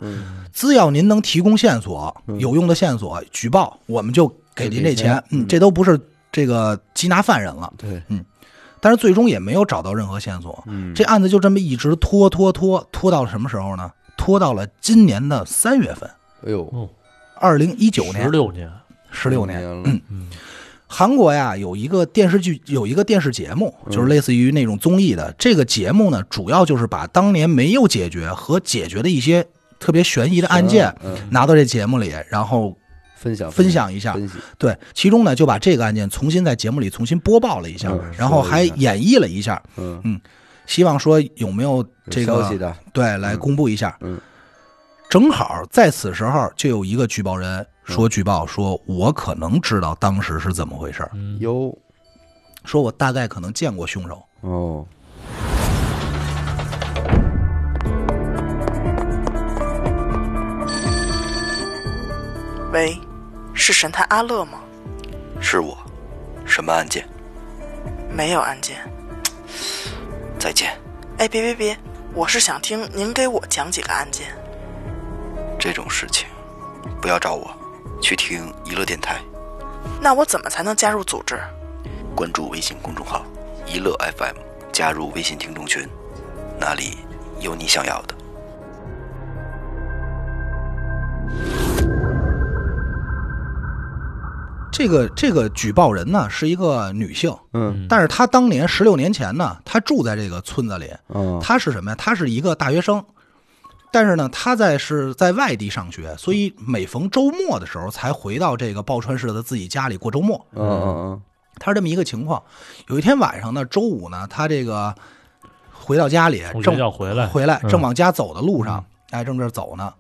S2: 只要您能提供线索，有用的线索举报，我们就给您这
S1: 就给钱
S2: 钱。嗯，这都不是这个缉拿犯人了，
S1: 对，
S2: 但是最终也没有找到任何线索。
S1: 嗯，
S2: 这案子就这么一直拖拖拖拖到什么时候呢？拖到了今年的三月份，
S1: 哎呦，
S2: 二零一九
S3: 十
S2: 年，
S3: 六年，
S2: 十六
S1: 年
S2: 年。
S1: 了，
S3: 嗯，
S2: 韩国呀有一个电视剧，有一个电视节目，
S1: 嗯
S2: 就是类似于那种综艺的。这个节目呢，主要就是把当年没有解决和解决的一些特别悬疑的案件
S1: 嗯，嗯
S2: 拿到这节目里，然后
S1: 分享
S2: 分享一下。
S1: 分析，
S2: 对，其中呢就把这个案件重新在节目里重新播报了一下，
S1: 嗯
S2: 然后还
S1: 说了一
S2: 演绎了一下，
S1: 嗯，
S2: 希望说有没有
S1: 有
S2: 这
S1: 消息
S2: 个
S1: 的，
S2: 对来公布一下。
S1: 嗯
S2: 正好在此时候就有一个举报人说举报说，我可能知道当时是怎么回事儿。
S3: 嗯
S1: 有
S2: 说我大概可能见过凶手。
S1: 哦，
S4: 喂，是神探阿乐吗？
S5: 是我，什么案件？
S4: 没有案件。
S5: 再见，
S4: 哎，别别别，我是想听您给我讲几个案件。
S5: 这种事情不要找我，去听娱乐电台，
S4: 那我怎么才能加入组织？
S5: 关注微信公众号“娱乐 FM”，加入微信听众群，那里有你想要的。
S2: 这个这个举报人呢是一个女性，
S1: 嗯，
S2: 但是她当年十六年前呢，她住在这个村子里，
S3: 嗯
S1: 哦，
S2: 她是什么呀？她是一个大学生，但是呢，她在是在外地上学，所以每逢周末的时候才回到这个报川市的自己家里过周末。
S1: 嗯嗯
S2: 她是这么一个情况。有一天晚上呢，周五呢，她这个回到家里
S3: 从学
S2: 正
S3: 校回来，
S2: 回来，
S3: 嗯
S2: 正往家走的路上，哎，正这儿走呢，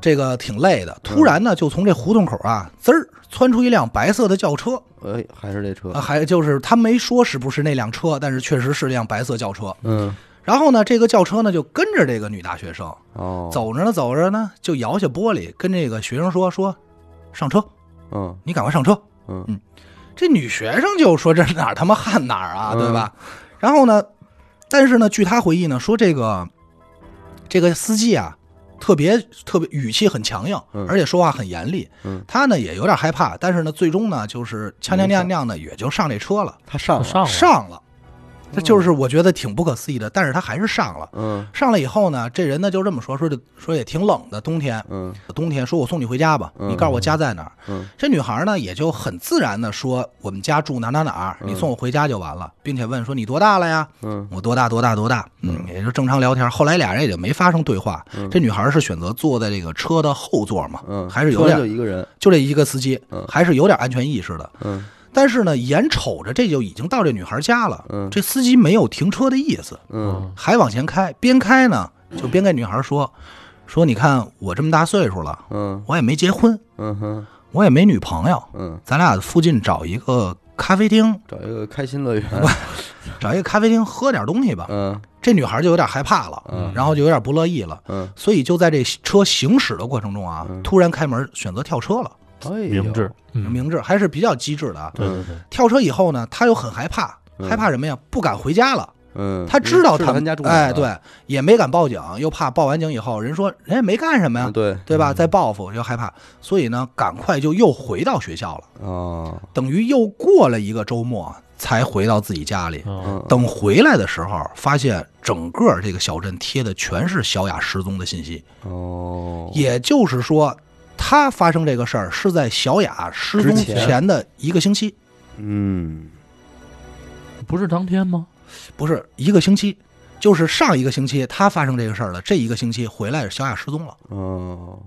S2: 这个挺累的。突然呢，就从这胡同口啊，滋儿窜出一辆白色的轿车，
S1: 嗯，哎，还是这车
S2: 啊，，还就是他没说是不是那辆车，但是确实是辆白色轿车。
S1: 嗯，
S2: 然后呢，这个轿车呢就跟着这个女大学生
S1: 哦，，
S2: 走着呢，走着呢就摇下玻璃，跟这个学生说说，上车，
S1: 嗯
S2: 你赶快上车。
S1: 嗯
S2: 这女学生就说这哪儿他妈焊哪儿啊，
S1: 嗯
S2: 对吧？然后呢，但是呢，据她回忆呢，说这个这个司机啊，特别特别语气很强硬，
S1: 嗯
S2: 而且说话很严厉。
S1: 嗯
S2: 他呢也有点害怕，但是呢，最终呢就是踉踉跄跄的也就上这车了，
S1: 他上了，
S3: 上了，
S2: 上了。这就是我觉得挺不可思议的，但是他还是上了。
S1: 嗯
S2: 上来以后呢，这人呢就这么说，说这说也挺冷的，冬天，
S1: 嗯
S2: 冬天，说我送你回家吧，
S1: 嗯
S2: 你告诉我家在哪儿。
S1: 嗯
S2: 这女孩呢也就很自然的说，我们家住哪哪哪儿，你送我回家就完了，并且问说你多大了呀？
S1: 嗯
S2: 我多大多大多大，嗯，也就正常聊天。后来俩人也就没发生对话。这女孩是选择坐在这个车的后座嘛，
S1: 嗯，
S2: 还是有
S1: 车上
S2: 点
S1: 就一个人，
S2: 就这一个司机
S1: 嗯，
S2: 还是有点安全意识的。
S1: 嗯
S2: 但是呢，眼瞅着这就已经到这女孩家了，
S1: 嗯
S2: 这司机没有停车的意思，
S1: 嗯
S2: 还往前开，边开呢就边跟女孩说，说你看我这么大岁数了，
S1: 嗯
S2: 我也没结婚，
S1: 嗯哼
S2: 我也没女朋友，
S1: 嗯，
S2: 咱俩附近找一个咖啡厅，
S1: 找一个开心乐园，
S2: 找一个咖啡厅喝点东西吧。
S1: 嗯
S2: 这女孩就有点害怕了，
S1: 嗯
S2: 然后就有点不乐意了，
S1: 嗯，
S2: 所以就在这车行驶的过程中啊，
S1: 嗯
S2: 突然开门选择跳车了。
S1: 哎呦
S3: 明智，，嗯，
S2: 明智还是比较机智的啊。
S3: 对对对，
S2: 跳车以后呢，她又很害怕，
S1: 嗯
S2: 害怕什么呀？不敢回家了。
S1: 嗯，
S2: 她知道
S1: 知
S2: 他
S1: 咱家住哪儿啊嗯
S2: 哎，
S1: 了，
S2: 对，也没敢报警，又怕报完警以后人说人也没干什么呀
S1: 嗯，对
S2: 对吧？再报复又害怕，所以呢，赶快就又回到学校了。
S1: 哦，
S2: 等于又过了一个周末才回到自己家里。
S3: 嗯，
S1: 嗯
S2: 等回来的时候，发现整个这个小镇贴的全是小雅失踪的信息，
S1: 哦，
S2: 也就是说，她发生这个事儿是在小雅失踪
S1: 之前
S2: 前的一个星期，
S1: 嗯
S3: 嗯不是当天吗？
S2: 不是一个星期，就是上一个星期她发生这个事儿了，这一个星期回来小雅失踪了，
S1: 哦，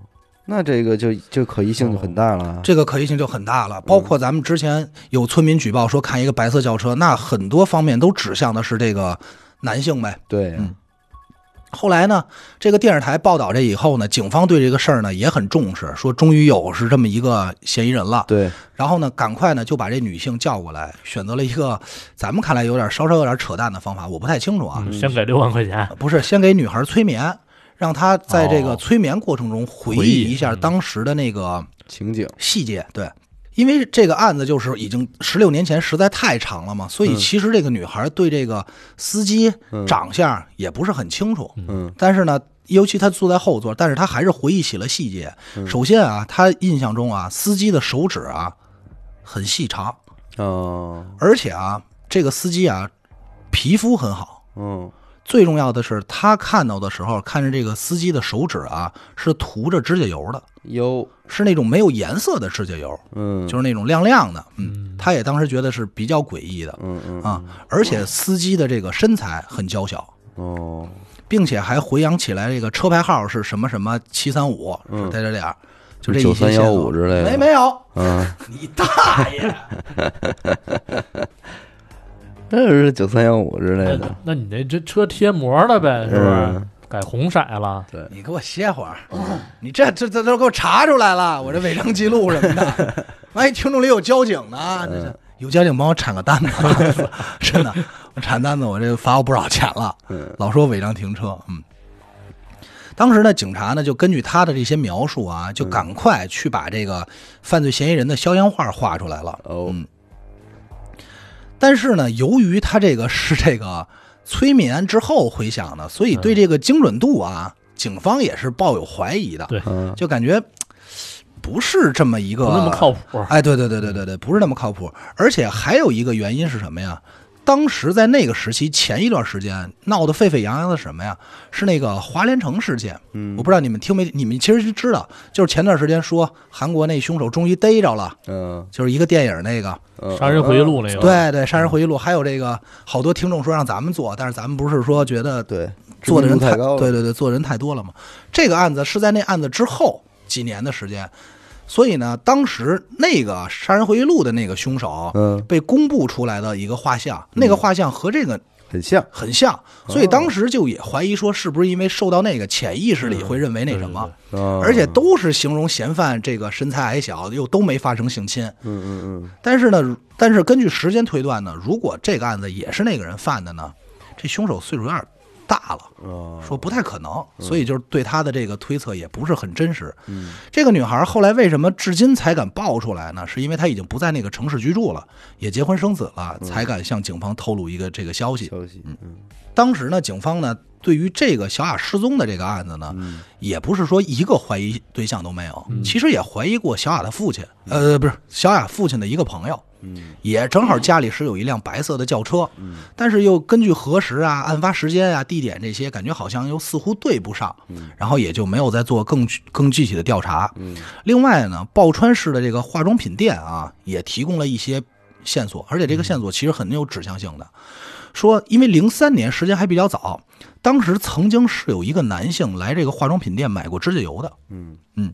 S1: 那这个就就可疑性就很大了啊，
S2: 哦这个可疑性就很大了。包括咱们之前有村民举报说看一个白色轿车，那很多方面都指向的是这个男性呗。
S1: 对呀，
S2: 嗯后来呢，这个电视台报道这以后呢，警方对这个事儿呢也很重视，说终于有是这么一个嫌疑人了。
S1: 对，
S2: 然后呢，赶快呢就把这女性叫过来，选择了一个咱们看来有点稍稍有点扯淡的方法，我不太清楚啊。
S3: 嗯先给六万块钱，
S2: 不是，先给女孩催眠，让她在这个
S3: 哦
S2: 催眠过程中回
S3: 回
S2: 忆
S3: 忆
S2: 一下
S3: 嗯
S2: 当时的那个
S1: 情景，
S2: 细节。对，因为这个案子就是已经十六年前，实在太长了嘛，所以
S1: 嗯
S2: 其实这个女孩对这个司机
S1: 嗯
S2: 长相也不是很清楚。
S1: 嗯
S2: 但是呢，尤其他坐在后座，但是他还是回忆起了细节。
S1: 嗯
S2: 首先啊，他印象中啊，司机的手指啊很细长，
S1: 哦，
S2: 而且啊，这个司机啊皮肤很好。
S1: 嗯
S2: 最重要的是，他看到的时候，看着这个司机的手指啊是涂着指甲油的，
S1: 有，
S2: 是那种没有颜色的指甲油，
S1: 嗯，
S2: 就是那种亮亮的。嗯
S3: 嗯，
S2: 他也当时觉得是比较诡异的
S1: 嗯嗯
S2: 啊，而且司机的这个身材很娇小。
S1: 哦，
S2: 并且还回想起来这个车牌号是什么什么七三五，
S1: 嗯
S2: 是在这点儿，就这一
S1: 九
S2: 些
S1: 三
S2: 线
S1: 幺
S2: 索
S1: 五之类的，
S2: 没没有，
S1: 啊，
S2: 你大爷！
S1: 那是九三幺五之类的
S3: 那，那你那这车贴膜了呗，是不是？
S2: 嗯
S3: 改红色了，
S2: 你给我歇会儿，你这这这都给我查出 来了，我这违章记录什么的，万一听众里有交警呢？
S1: 嗯
S2: 这是有交警帮我铲个单子， 真的，我铲单子我这罚我不少钱了，
S1: 嗯
S2: 老说违章停车，嗯。当时呢，警察呢就根据他的这些描述啊，
S1: 嗯
S2: 就赶快去把这个犯罪嫌疑人的肖像画画出来了。
S1: 哦，
S2: 嗯但是呢，由于他这个是这个催眠之后回想的，所以对这个精准度啊，警方也是抱有怀疑的，
S3: 对
S1: 嗯
S2: 就感觉嘖不是这么一个
S3: 不那么靠谱。
S2: 哎，对对对对对对，不是那么靠谱。而且还有一个原因是什么呀？当时在那个时期，前一段时间闹得沸沸扬扬的是什么呀？是那个华联城事件。
S1: 嗯
S2: 我不知道你们听没？你们其实知道，就是前段时间说韩国那凶手终于逮着了，
S1: 嗯
S2: 就是一个电影那个，
S1: 嗯，
S3: 杀人回忆录那个，，
S2: 哎对对，《杀人回忆录》还有这个，好多听众说让咱们做，但是咱们不是说觉得
S1: 对，
S2: 做的人
S1: 知名度
S2: 太
S1: 太高了，
S2: 对对对，做的人太多了嘛。这个案子是在那案子之后几年的时间，所以呢，当时那个《杀人回忆录》的那个凶手
S1: 嗯，
S2: 被公布出来的一个画像，那个画像和这个
S1: 很像，
S2: 很像，所以当时就也怀疑说是不是因为受到那个潜意识里
S1: 嗯
S2: 会认为那什么，
S1: 啊
S2: 而且都是形容嫌犯这个身材矮小，又都没发生性侵。
S1: 嗯嗯嗯，
S2: 但是呢，但是根据时间推断呢，如果这个案子也是那个人犯的呢，这凶手岁数有点大了，
S1: 哦，
S2: 说不太可能，所以就是对他的这个推测也不是很真实。
S1: 嗯
S2: 这个女孩后来为什么至今才敢爆出来呢？是因为她已经不在那个城市居住了，也结婚生子了，才敢向警方透露一个这个消息。
S1: 消息，嗯
S2: 当时呢，警方呢对于这个小雅失踪的这个案子呢，
S1: 嗯
S2: 也不是说一个怀疑对象都没有，
S3: 嗯
S2: 其实也怀疑过小雅的父亲，呃，不是小雅父亲的一个朋友，
S1: 嗯
S2: 也正好家里是有一辆白色的轿车，
S1: 嗯
S2: 但是又根据核实啊、案发时间啊、地点这些，感觉好像又似乎对不上，
S1: 嗯
S2: 然后也就没有再做更具更具体的调查。
S1: 嗯
S2: 另外呢，报川市的这个化妆品店啊，也提供了一些线索，而且这个线索其实很有指向性的。说，因为零三年时间还比较早，当时曾经是有一个男性来这个化妆品店买过指甲油的，
S1: 嗯，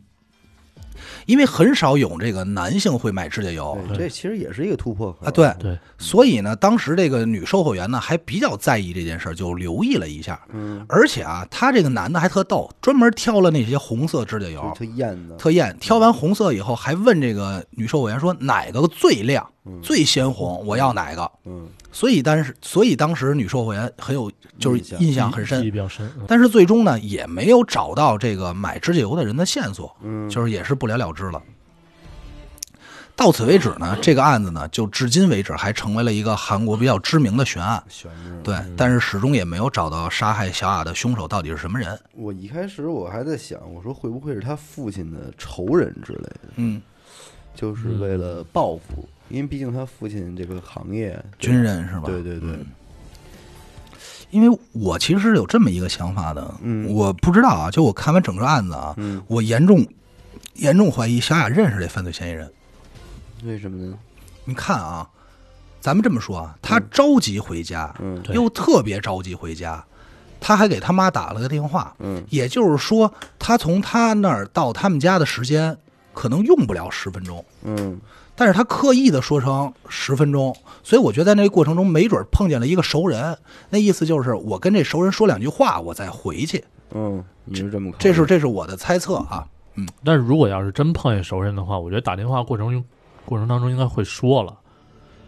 S2: 因为很少有这个男性会买指甲油
S1: 对这其实也是一个突破口
S2: 嗯啊，对，
S3: 对，
S2: 所以呢，当时这个女售货员呢还比较在意这件事儿，就留意了一下，
S1: 嗯，
S2: 而且啊，他这个男的还特逗，专门挑了那些红色指甲油，
S1: 就燕子，
S2: 特艳。挑完红色以后，还问这个女售货员说哪个最亮、最鲜红，我要哪个。
S1: 嗯
S2: 所以当时，所以当时女售货员很有，就
S1: 印
S2: 是
S1: 象
S2: 印象很
S3: 记忆
S2: 深。
S3: 比较深。嗯
S2: 但是最终呢，也没有找到这个买指甲油的人的线索，
S1: 嗯，
S2: 就是也是不了了之了。到此为止呢，这个案子呢，就至今为止还成为了一个韩国比较知名的悬案。
S1: 悬嗯着。
S2: 对，但是始终也没有找到杀害小雅的凶手到底是什么人。
S1: 我一开始我还在想，我说会不会是他父亲的仇人之类的，
S2: 嗯，
S1: 就是
S3: 嗯
S1: 为了报复，因为毕竟他父亲这个行业，
S2: 军人是吧？嗯
S1: 对对对，
S2: 因为我其实是有这么一个想法的，
S1: 嗯
S2: 我不知道啊，就我看完整个案子啊，
S1: 嗯
S2: 我严重严重怀疑小雅认识这犯罪嫌疑人。
S1: 为什么呢？
S2: 你看啊，咱们这么说啊，他着急回家，
S1: 嗯
S3: 对
S2: 又特别着急回家，他还给他妈打了个电话，
S1: 嗯
S2: 也就是说，他从他那儿到他们家的时间可能用不了十分钟，
S1: 嗯
S2: 但是他刻意的说成十分钟，所以我觉得在那个过程中，没准碰见了一个熟人，那意思就是我跟这熟人说两句话，我再回去，
S1: 嗯，你是这么考虑
S2: 这是这是我的猜测啊。
S3: 但是如果要是真碰见熟人的话，我觉得打电话过程中过程当中应该会说了，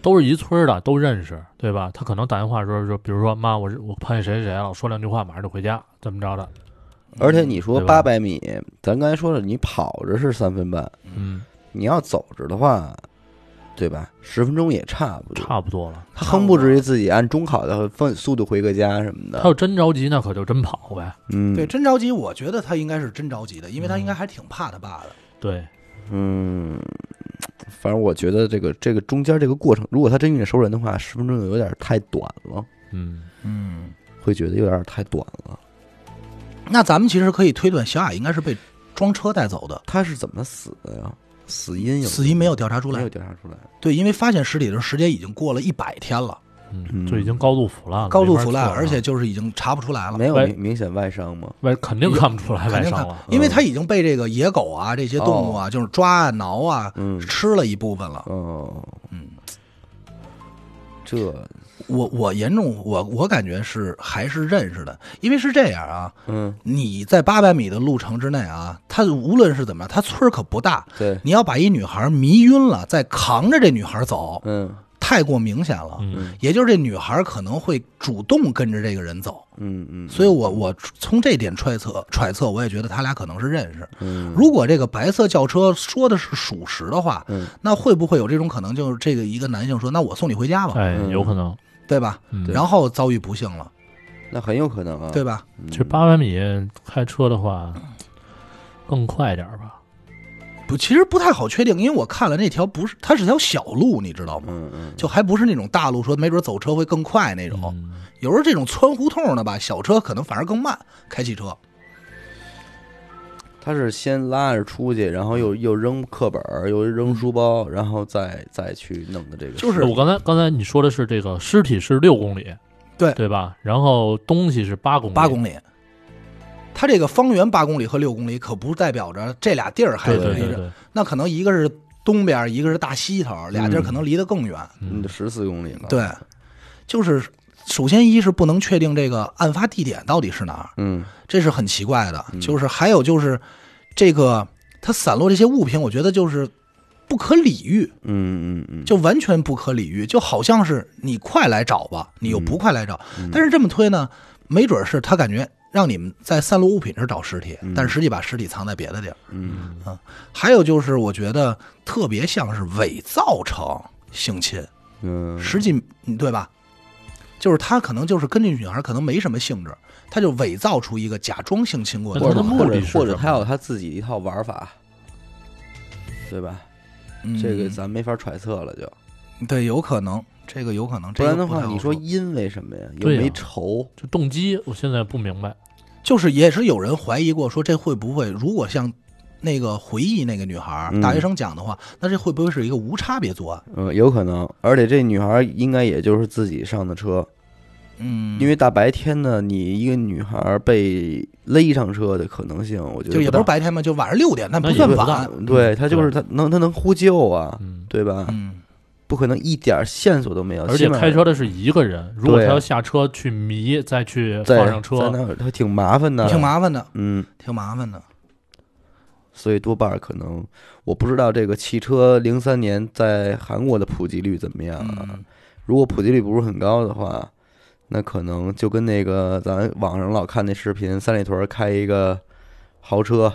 S3: 都是一村儿的，都认识，对吧？他可能打电话的时候说，比如说妈，我是我碰见谁谁谁了，说两句话，马上就回家，怎么着的？
S1: 而且你说
S3: 嗯对
S1: 八
S3: 吧
S1: 百米，咱刚才说了，你跑着是三分半，
S3: 嗯，
S1: 你要走着的话，对吧？十分钟也差不多。
S3: 差不多了。
S1: 他横不至于自己按中考的分速度回个家什么
S2: 呃
S1: 的
S3: 他要。真着急，那可就真跑呗。
S1: 嗯，
S2: 对，，真着急，我觉得他应该是真着急的，因为他应该还挺怕他爸的。
S3: 对，
S1: 嗯，反正我觉得这个这个中间这个过程，如果他真遇见熟人的话，十分钟有点太短了，
S3: 嗯，
S2: 嗯，
S1: 会觉得有点太短了。
S2: 那咱们其实可以推断，小雅应该是被装车带走的，
S1: 他是怎么死的呀？死因有
S2: 死因没有调查出
S1: 没有
S2: 来。
S1: 调查出来。
S2: 对，因为发现尸体的时候时间已经过了一百天了，
S3: 嗯，
S1: 嗯
S3: 就已经高度腐烂了，
S2: 高度
S3: 没法
S2: 腐烂，
S3: 测了
S2: 而且就是已经查不出来了。
S1: 没有
S3: 外
S1: 明明显外伤吗？
S3: 外肯定看不出来
S2: 肯
S3: 外
S2: 定
S3: 伤
S2: 看
S3: 了。
S2: 因
S1: 嗯
S2: 为他已经被这个野狗啊这些动物
S1: 哦
S2: 啊，就是抓啊、挠啊，
S1: 嗯
S2: 吃了一部分了。
S1: 哦，
S2: 嗯，
S1: 这
S2: 我我严重我我感觉是还是认识的，因为是这样啊，
S1: 嗯，
S2: 你在八百米的路程之内啊，他无论是怎么样，他村儿可不大，
S1: 对，
S2: 你要把一女孩迷晕了，再扛着这女孩走，
S1: 嗯
S2: 太过明显了。
S3: 嗯，
S2: 也就是这女孩可能会主动跟着这个人走，
S1: 嗯嗯，
S2: 所以我我从这点揣测揣测，我也觉得他俩可能是认识。
S1: 嗯
S2: 如果这个白色轿车说的是属实的话，
S1: 嗯
S2: 那会不会有这种可能？就是这个一个男性说：“那我送你回家吧，
S3: 哎，
S1: 嗯
S3: 有可能。
S2: 对吧？”
S3: 嗯，
S2: 然后遭遇不幸了，
S1: 那很有可能啊，
S2: 对吧？
S1: 嗯？
S3: 其实八百米开车的话，更快点儿吧。
S2: 不，其实不太好确定，因为我看了那条不是，它是条小路，你知道吗？
S1: 嗯嗯，
S2: 就还不是那种大路，说没准走车会更快那种。
S3: 嗯，
S2: 有时候这种穿胡同的吧，小车可能反而更慢，开汽车。
S1: 他是先拉着出去，然后又又扔课本儿，又扔书包，然后再再去弄的这个事，
S2: 就是
S3: 我刚才刚才你说的是这个尸体是六公里，
S2: 对
S3: 对吧？然后东西是八公里，
S2: 八公里，它这个方圆八公里和六公里可不代表着这俩地儿还
S3: 对
S2: 离着，
S3: 对对对，
S2: 那可能一个是东边，一个是大西头，俩地儿
S1: 嗯
S2: 可能离得更远。
S1: 嗯，
S3: 嗯，
S1: 十四公里了，，
S2: 对，就是首先一是不能确定这个案发地点到底是哪儿，
S1: 嗯
S2: 这是很奇怪的。
S1: 嗯
S2: 就是还有就是这个它散落这些物品，我觉得就是不可理喻，
S1: 嗯嗯嗯，
S2: 就完全不可理喻，就好像是你快来找吧，你又不快来找。
S1: 嗯
S2: 但是这么推呢，没准是他感觉让你们在散落物品这儿找尸体，
S1: 嗯
S2: 但实际把尸体藏在别的地儿。
S1: 嗯
S2: 还有就是，我觉得特别像是伪造成性侵，
S1: 嗯，
S2: 实际嗯对吧？就是他可能就是跟这女孩可能没什么兴致，他就伪造出一个假装性侵过
S3: 那
S2: 的
S3: 他的目
S2: 状态
S3: 的是
S1: 或者
S3: 什么
S1: 他有他自己一套玩法，对吧？
S2: 嗯
S1: 这个咱没法揣测了，就
S2: 对有可能，这个有可能，这
S1: 不
S2: 个
S1: 然的
S2: 太
S1: 话，
S2: 好
S1: 你说因为什么呀？有
S3: 对呀
S1: 没仇？
S3: 就动机，我现在不明白。
S2: 就是也是有人怀疑过，说这会不会如果像那个回忆那个女孩儿
S1: 嗯
S2: 大学生讲的话，那这会不会是一个无差别作案？
S1: 嗯，有可能。而且这女孩应该也就是自己上的车，
S2: 嗯，
S1: 因为大白天呢，你一个女孩被勒上车的可能性，我觉得
S2: 就也
S1: 不大
S2: 不是白天嘛，就晚上六点，那
S3: 那
S2: 不
S3: 也
S2: 算
S3: 不
S2: 晚。
S1: 对她就是她能她能呼救啊，
S3: 嗯，
S1: 对吧？
S2: 嗯，
S1: 不可能一点线索都没有，
S2: 呃
S3: 而且
S1: 起码
S3: 开车的是一个人，如果他
S1: 对啊
S3: 要下车去迷，再去
S1: 在
S3: 放上
S1: 在
S3: 车，
S1: 那儿她挺麻烦的，
S2: 挺麻烦的，
S1: 嗯，
S2: 挺麻烦的。
S1: 所以多半儿可能我不知道这个汽车零三年在韩国的普及率怎么样啊？
S2: 嗯，
S1: 如果普及率不是很高的话，那可能就跟那个咱网上老看那视频，三里屯儿开一个豪 车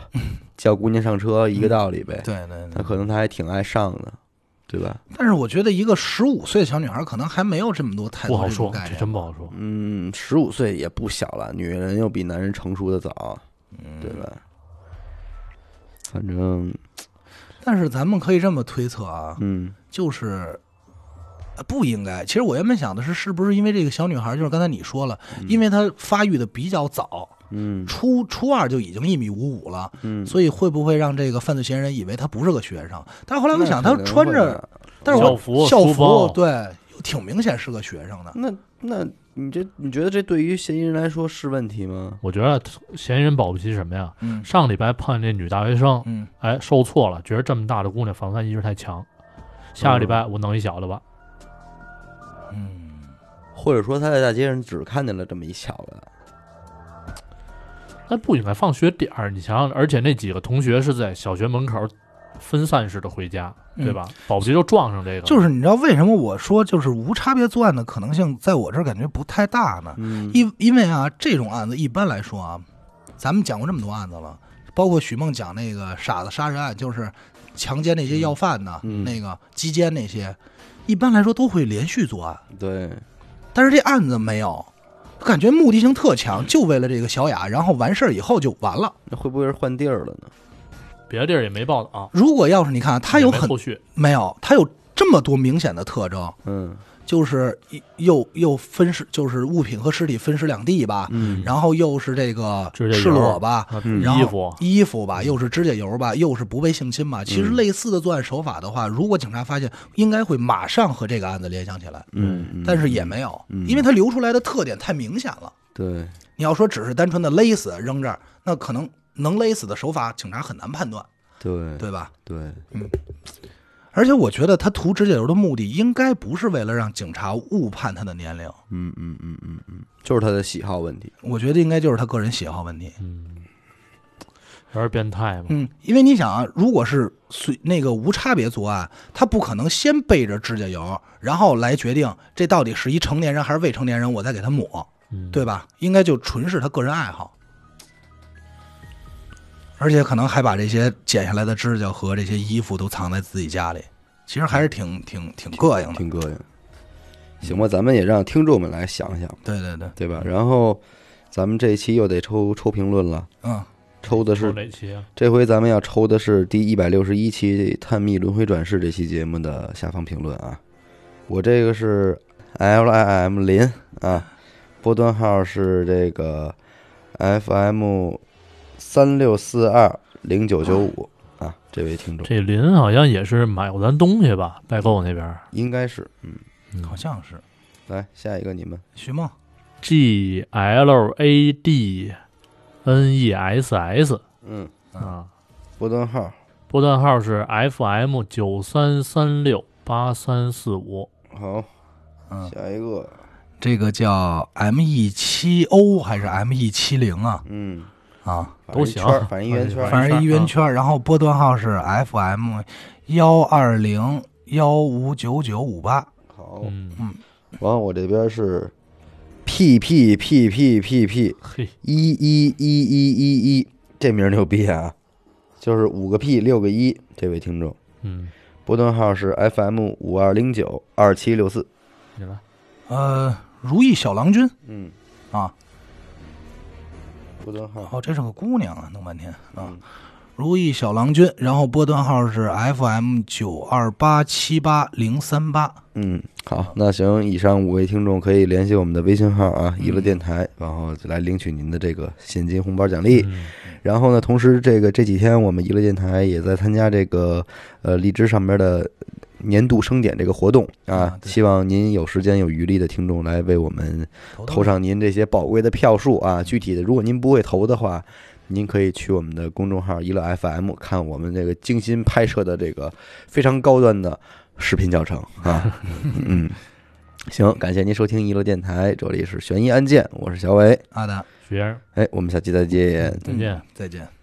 S1: 叫姑娘上车一个道理呗。
S2: 对对
S1: 那
S2: 对。
S1: 可能他还挺爱上的，对吧？
S2: 但是我觉得一个十五岁的小女孩可能还没有这么多太
S3: 不
S2: 多
S3: 好
S2: 这种
S3: 说
S2: 概，
S3: 这
S2: 念。
S3: 真不好说。
S1: 嗯，十五岁也不小了，女人又比男人成熟的早，
S2: 嗯
S1: 对吧？嗯反正，
S2: 但是咱们可以这么推测啊，
S1: 嗯
S2: 就是呃不应该。其实我原本想的是，是不是因为这个小女孩，就是刚才你说了，因为她发育的比较早，
S1: 嗯
S2: 初初二就已经一米五五了，
S1: 嗯，
S2: 所以会不会让这个犯罪嫌疑人以为她不是个学生？但是后来我想，
S1: 那
S2: 她
S1: 可能
S2: 穿
S1: 会
S2: 着，
S1: 的
S2: 但是我
S3: 校服
S2: 校
S3: 书包
S2: 服对，挺明显是个学生的。
S1: 那那你这你觉得这对于嫌疑人来说是问题吗？
S3: 我觉得嫌疑人保不齐什么呀？
S2: 嗯
S3: 上礼拜判这女大学生，
S2: 嗯，
S3: 哎，受挫了，觉得这么大的姑娘防范意识太强。下个
S2: 嗯
S3: 礼拜我弄一小的吧，
S1: 或者说他在大街上只看见了这么一小子？
S3: 那不应该放学点儿。你想想，而且那几个同学是在小学门口分散式的回家，
S2: 嗯
S3: 对吧？保不齐就撞上这个。
S2: 就是你知道为什么我说就是无差别作案的可能性，在我这儿感觉不太大呢？
S1: 嗯
S2: 因因为啊，这种案子一般来说啊，咱们讲过这么多案子了，包括许梦讲那个傻子杀人案，就是强奸那些要饭的，
S1: 嗯
S2: 那个鸡奸那些，一般来说都会连续作案，
S1: 对，
S2: 但是这案子没有，感觉目的性特强，就为了这个小雅，然后完事儿以后就完了。
S1: 那会不会是换地儿了呢？
S3: 别的地儿也没报道、
S2: 如果要是你看啊他有
S3: 也没
S2: 很
S3: 后续，
S2: 没有，他有这么多明显的特征，
S1: 嗯
S2: 就是又又分尸，就是物品和尸体分尸两地吧，
S1: 嗯
S2: 然后又是这个
S3: 指甲
S2: 赤
S3: 油
S2: 裸吧，
S3: 啊
S1: 嗯
S2: 然后
S3: 衣服嗯
S2: 衣服吧，又是指甲油吧，又是不被性侵吧。其实类似的作案手法的话，如果警察发现，应该会马上和这个案子联想起来，
S1: 嗯，
S2: 但是也没有，
S1: 嗯
S2: 因为它流出来的特点太明显了。
S1: 对，
S2: 你要说只是单纯的勒死扔这儿，那可能能勒死的手法，警察很难判断，
S1: 对
S2: 对吧？
S1: 对，
S2: 而且我觉得他涂指甲油的目的，应该不是为了让警察误判他的年龄，
S1: 嗯嗯嗯嗯嗯，就是他的喜好问题。
S2: 我觉得应该就是他个人喜好问题。
S3: 有点变态嘛。
S2: 嗯，因为你想啊，如果是随那个无差别作案，他不可能先背着指甲油，然后来决定这到底是一成年人还是未成年人，我再给他抹，
S3: 嗯，
S2: 对吧？应该就纯是他个人爱好，而且可能还把这些剪下来的指甲和这些衣服都藏在自己家里，其实还是挺挺嗯挺膈应的。
S1: 挺膈应。嗯行吧，咱们也让听众们来想想，
S2: 对对对，
S1: 对吧？然后咱们这一期又得抽抽评论了，
S2: 嗯，
S1: 抽的
S3: 说
S1: 是
S3: 哪期啊？
S1: 这回咱们要抽的是第一百六十一期《探秘轮回转世》这期节目的下方评论啊。我这个是 L I M 林啊，波段号是这个 F M 三六四二零九九五啊，这位听众
S3: 这林好像也是买过咱东西吧，代购那边儿。
S1: 应该是嗯，
S2: 好像是
S1: 来下一个你们
S2: 徐梦，
S3: G L A D N E S S
S1: 嗯，
S3: 啊，
S1: 波段号
S3: 波段号是 F M 九三三六八三四五。
S1: 好，
S2: 嗯
S1: 下一个
S2: 这个叫 M E 七 O 还是 M E 七零啊？
S1: 嗯，
S2: 啊，
S1: 反
S3: 都
S1: 正一
S3: 行
S1: 圈儿，反正一圆圈
S3: 反
S1: 儿，
S2: 反正一圆圈儿，然后波段号是 FM 幺二零幺五九九五八。哦
S1: 好。
S3: 嗯，
S1: 然后我这边是 P P P P P P
S3: 嘿，
S1: 一一一一一一，这名儿牛逼啊！就是五个 P 六个一，这位听众，
S3: 嗯，
S1: 波段号是 FM 五二零九二七六四。
S3: 你来，
S2: 呃，如意小郎君
S1: 嗯，
S2: 啊，
S1: 波顿号，
S2: 哦，这是个姑娘啊，弄半天啊
S1: 嗯，
S2: 如意小郎君，然后波段号是 FM 九二八七八零三八，
S1: 嗯，好，那行，以上五位听众可以联系我们的微信号啊，娱乐电台，然后来领取您的这个现金红包奖励。
S3: 嗯
S1: 然后呢，同时这个这几天我们娱乐电台也在参加这个呃荔枝上面的年度盛典这个活动啊
S2: 啊，对
S1: 希望您有时间有余力的听众来为我们投上您这些宝贵的票数啊。具体的，如果您不会投的话，您可以去我们的公众号“娱乐 FM” 看我们这个精心拍摄的这个非常高端的视频教程啊。嗯，行，感谢您收听娱乐电台，这里是悬疑案件，我是小伟。
S2: 阿达，
S3: 许先生，
S1: 哎，我们下期再见。
S3: 再见。
S2: 再见。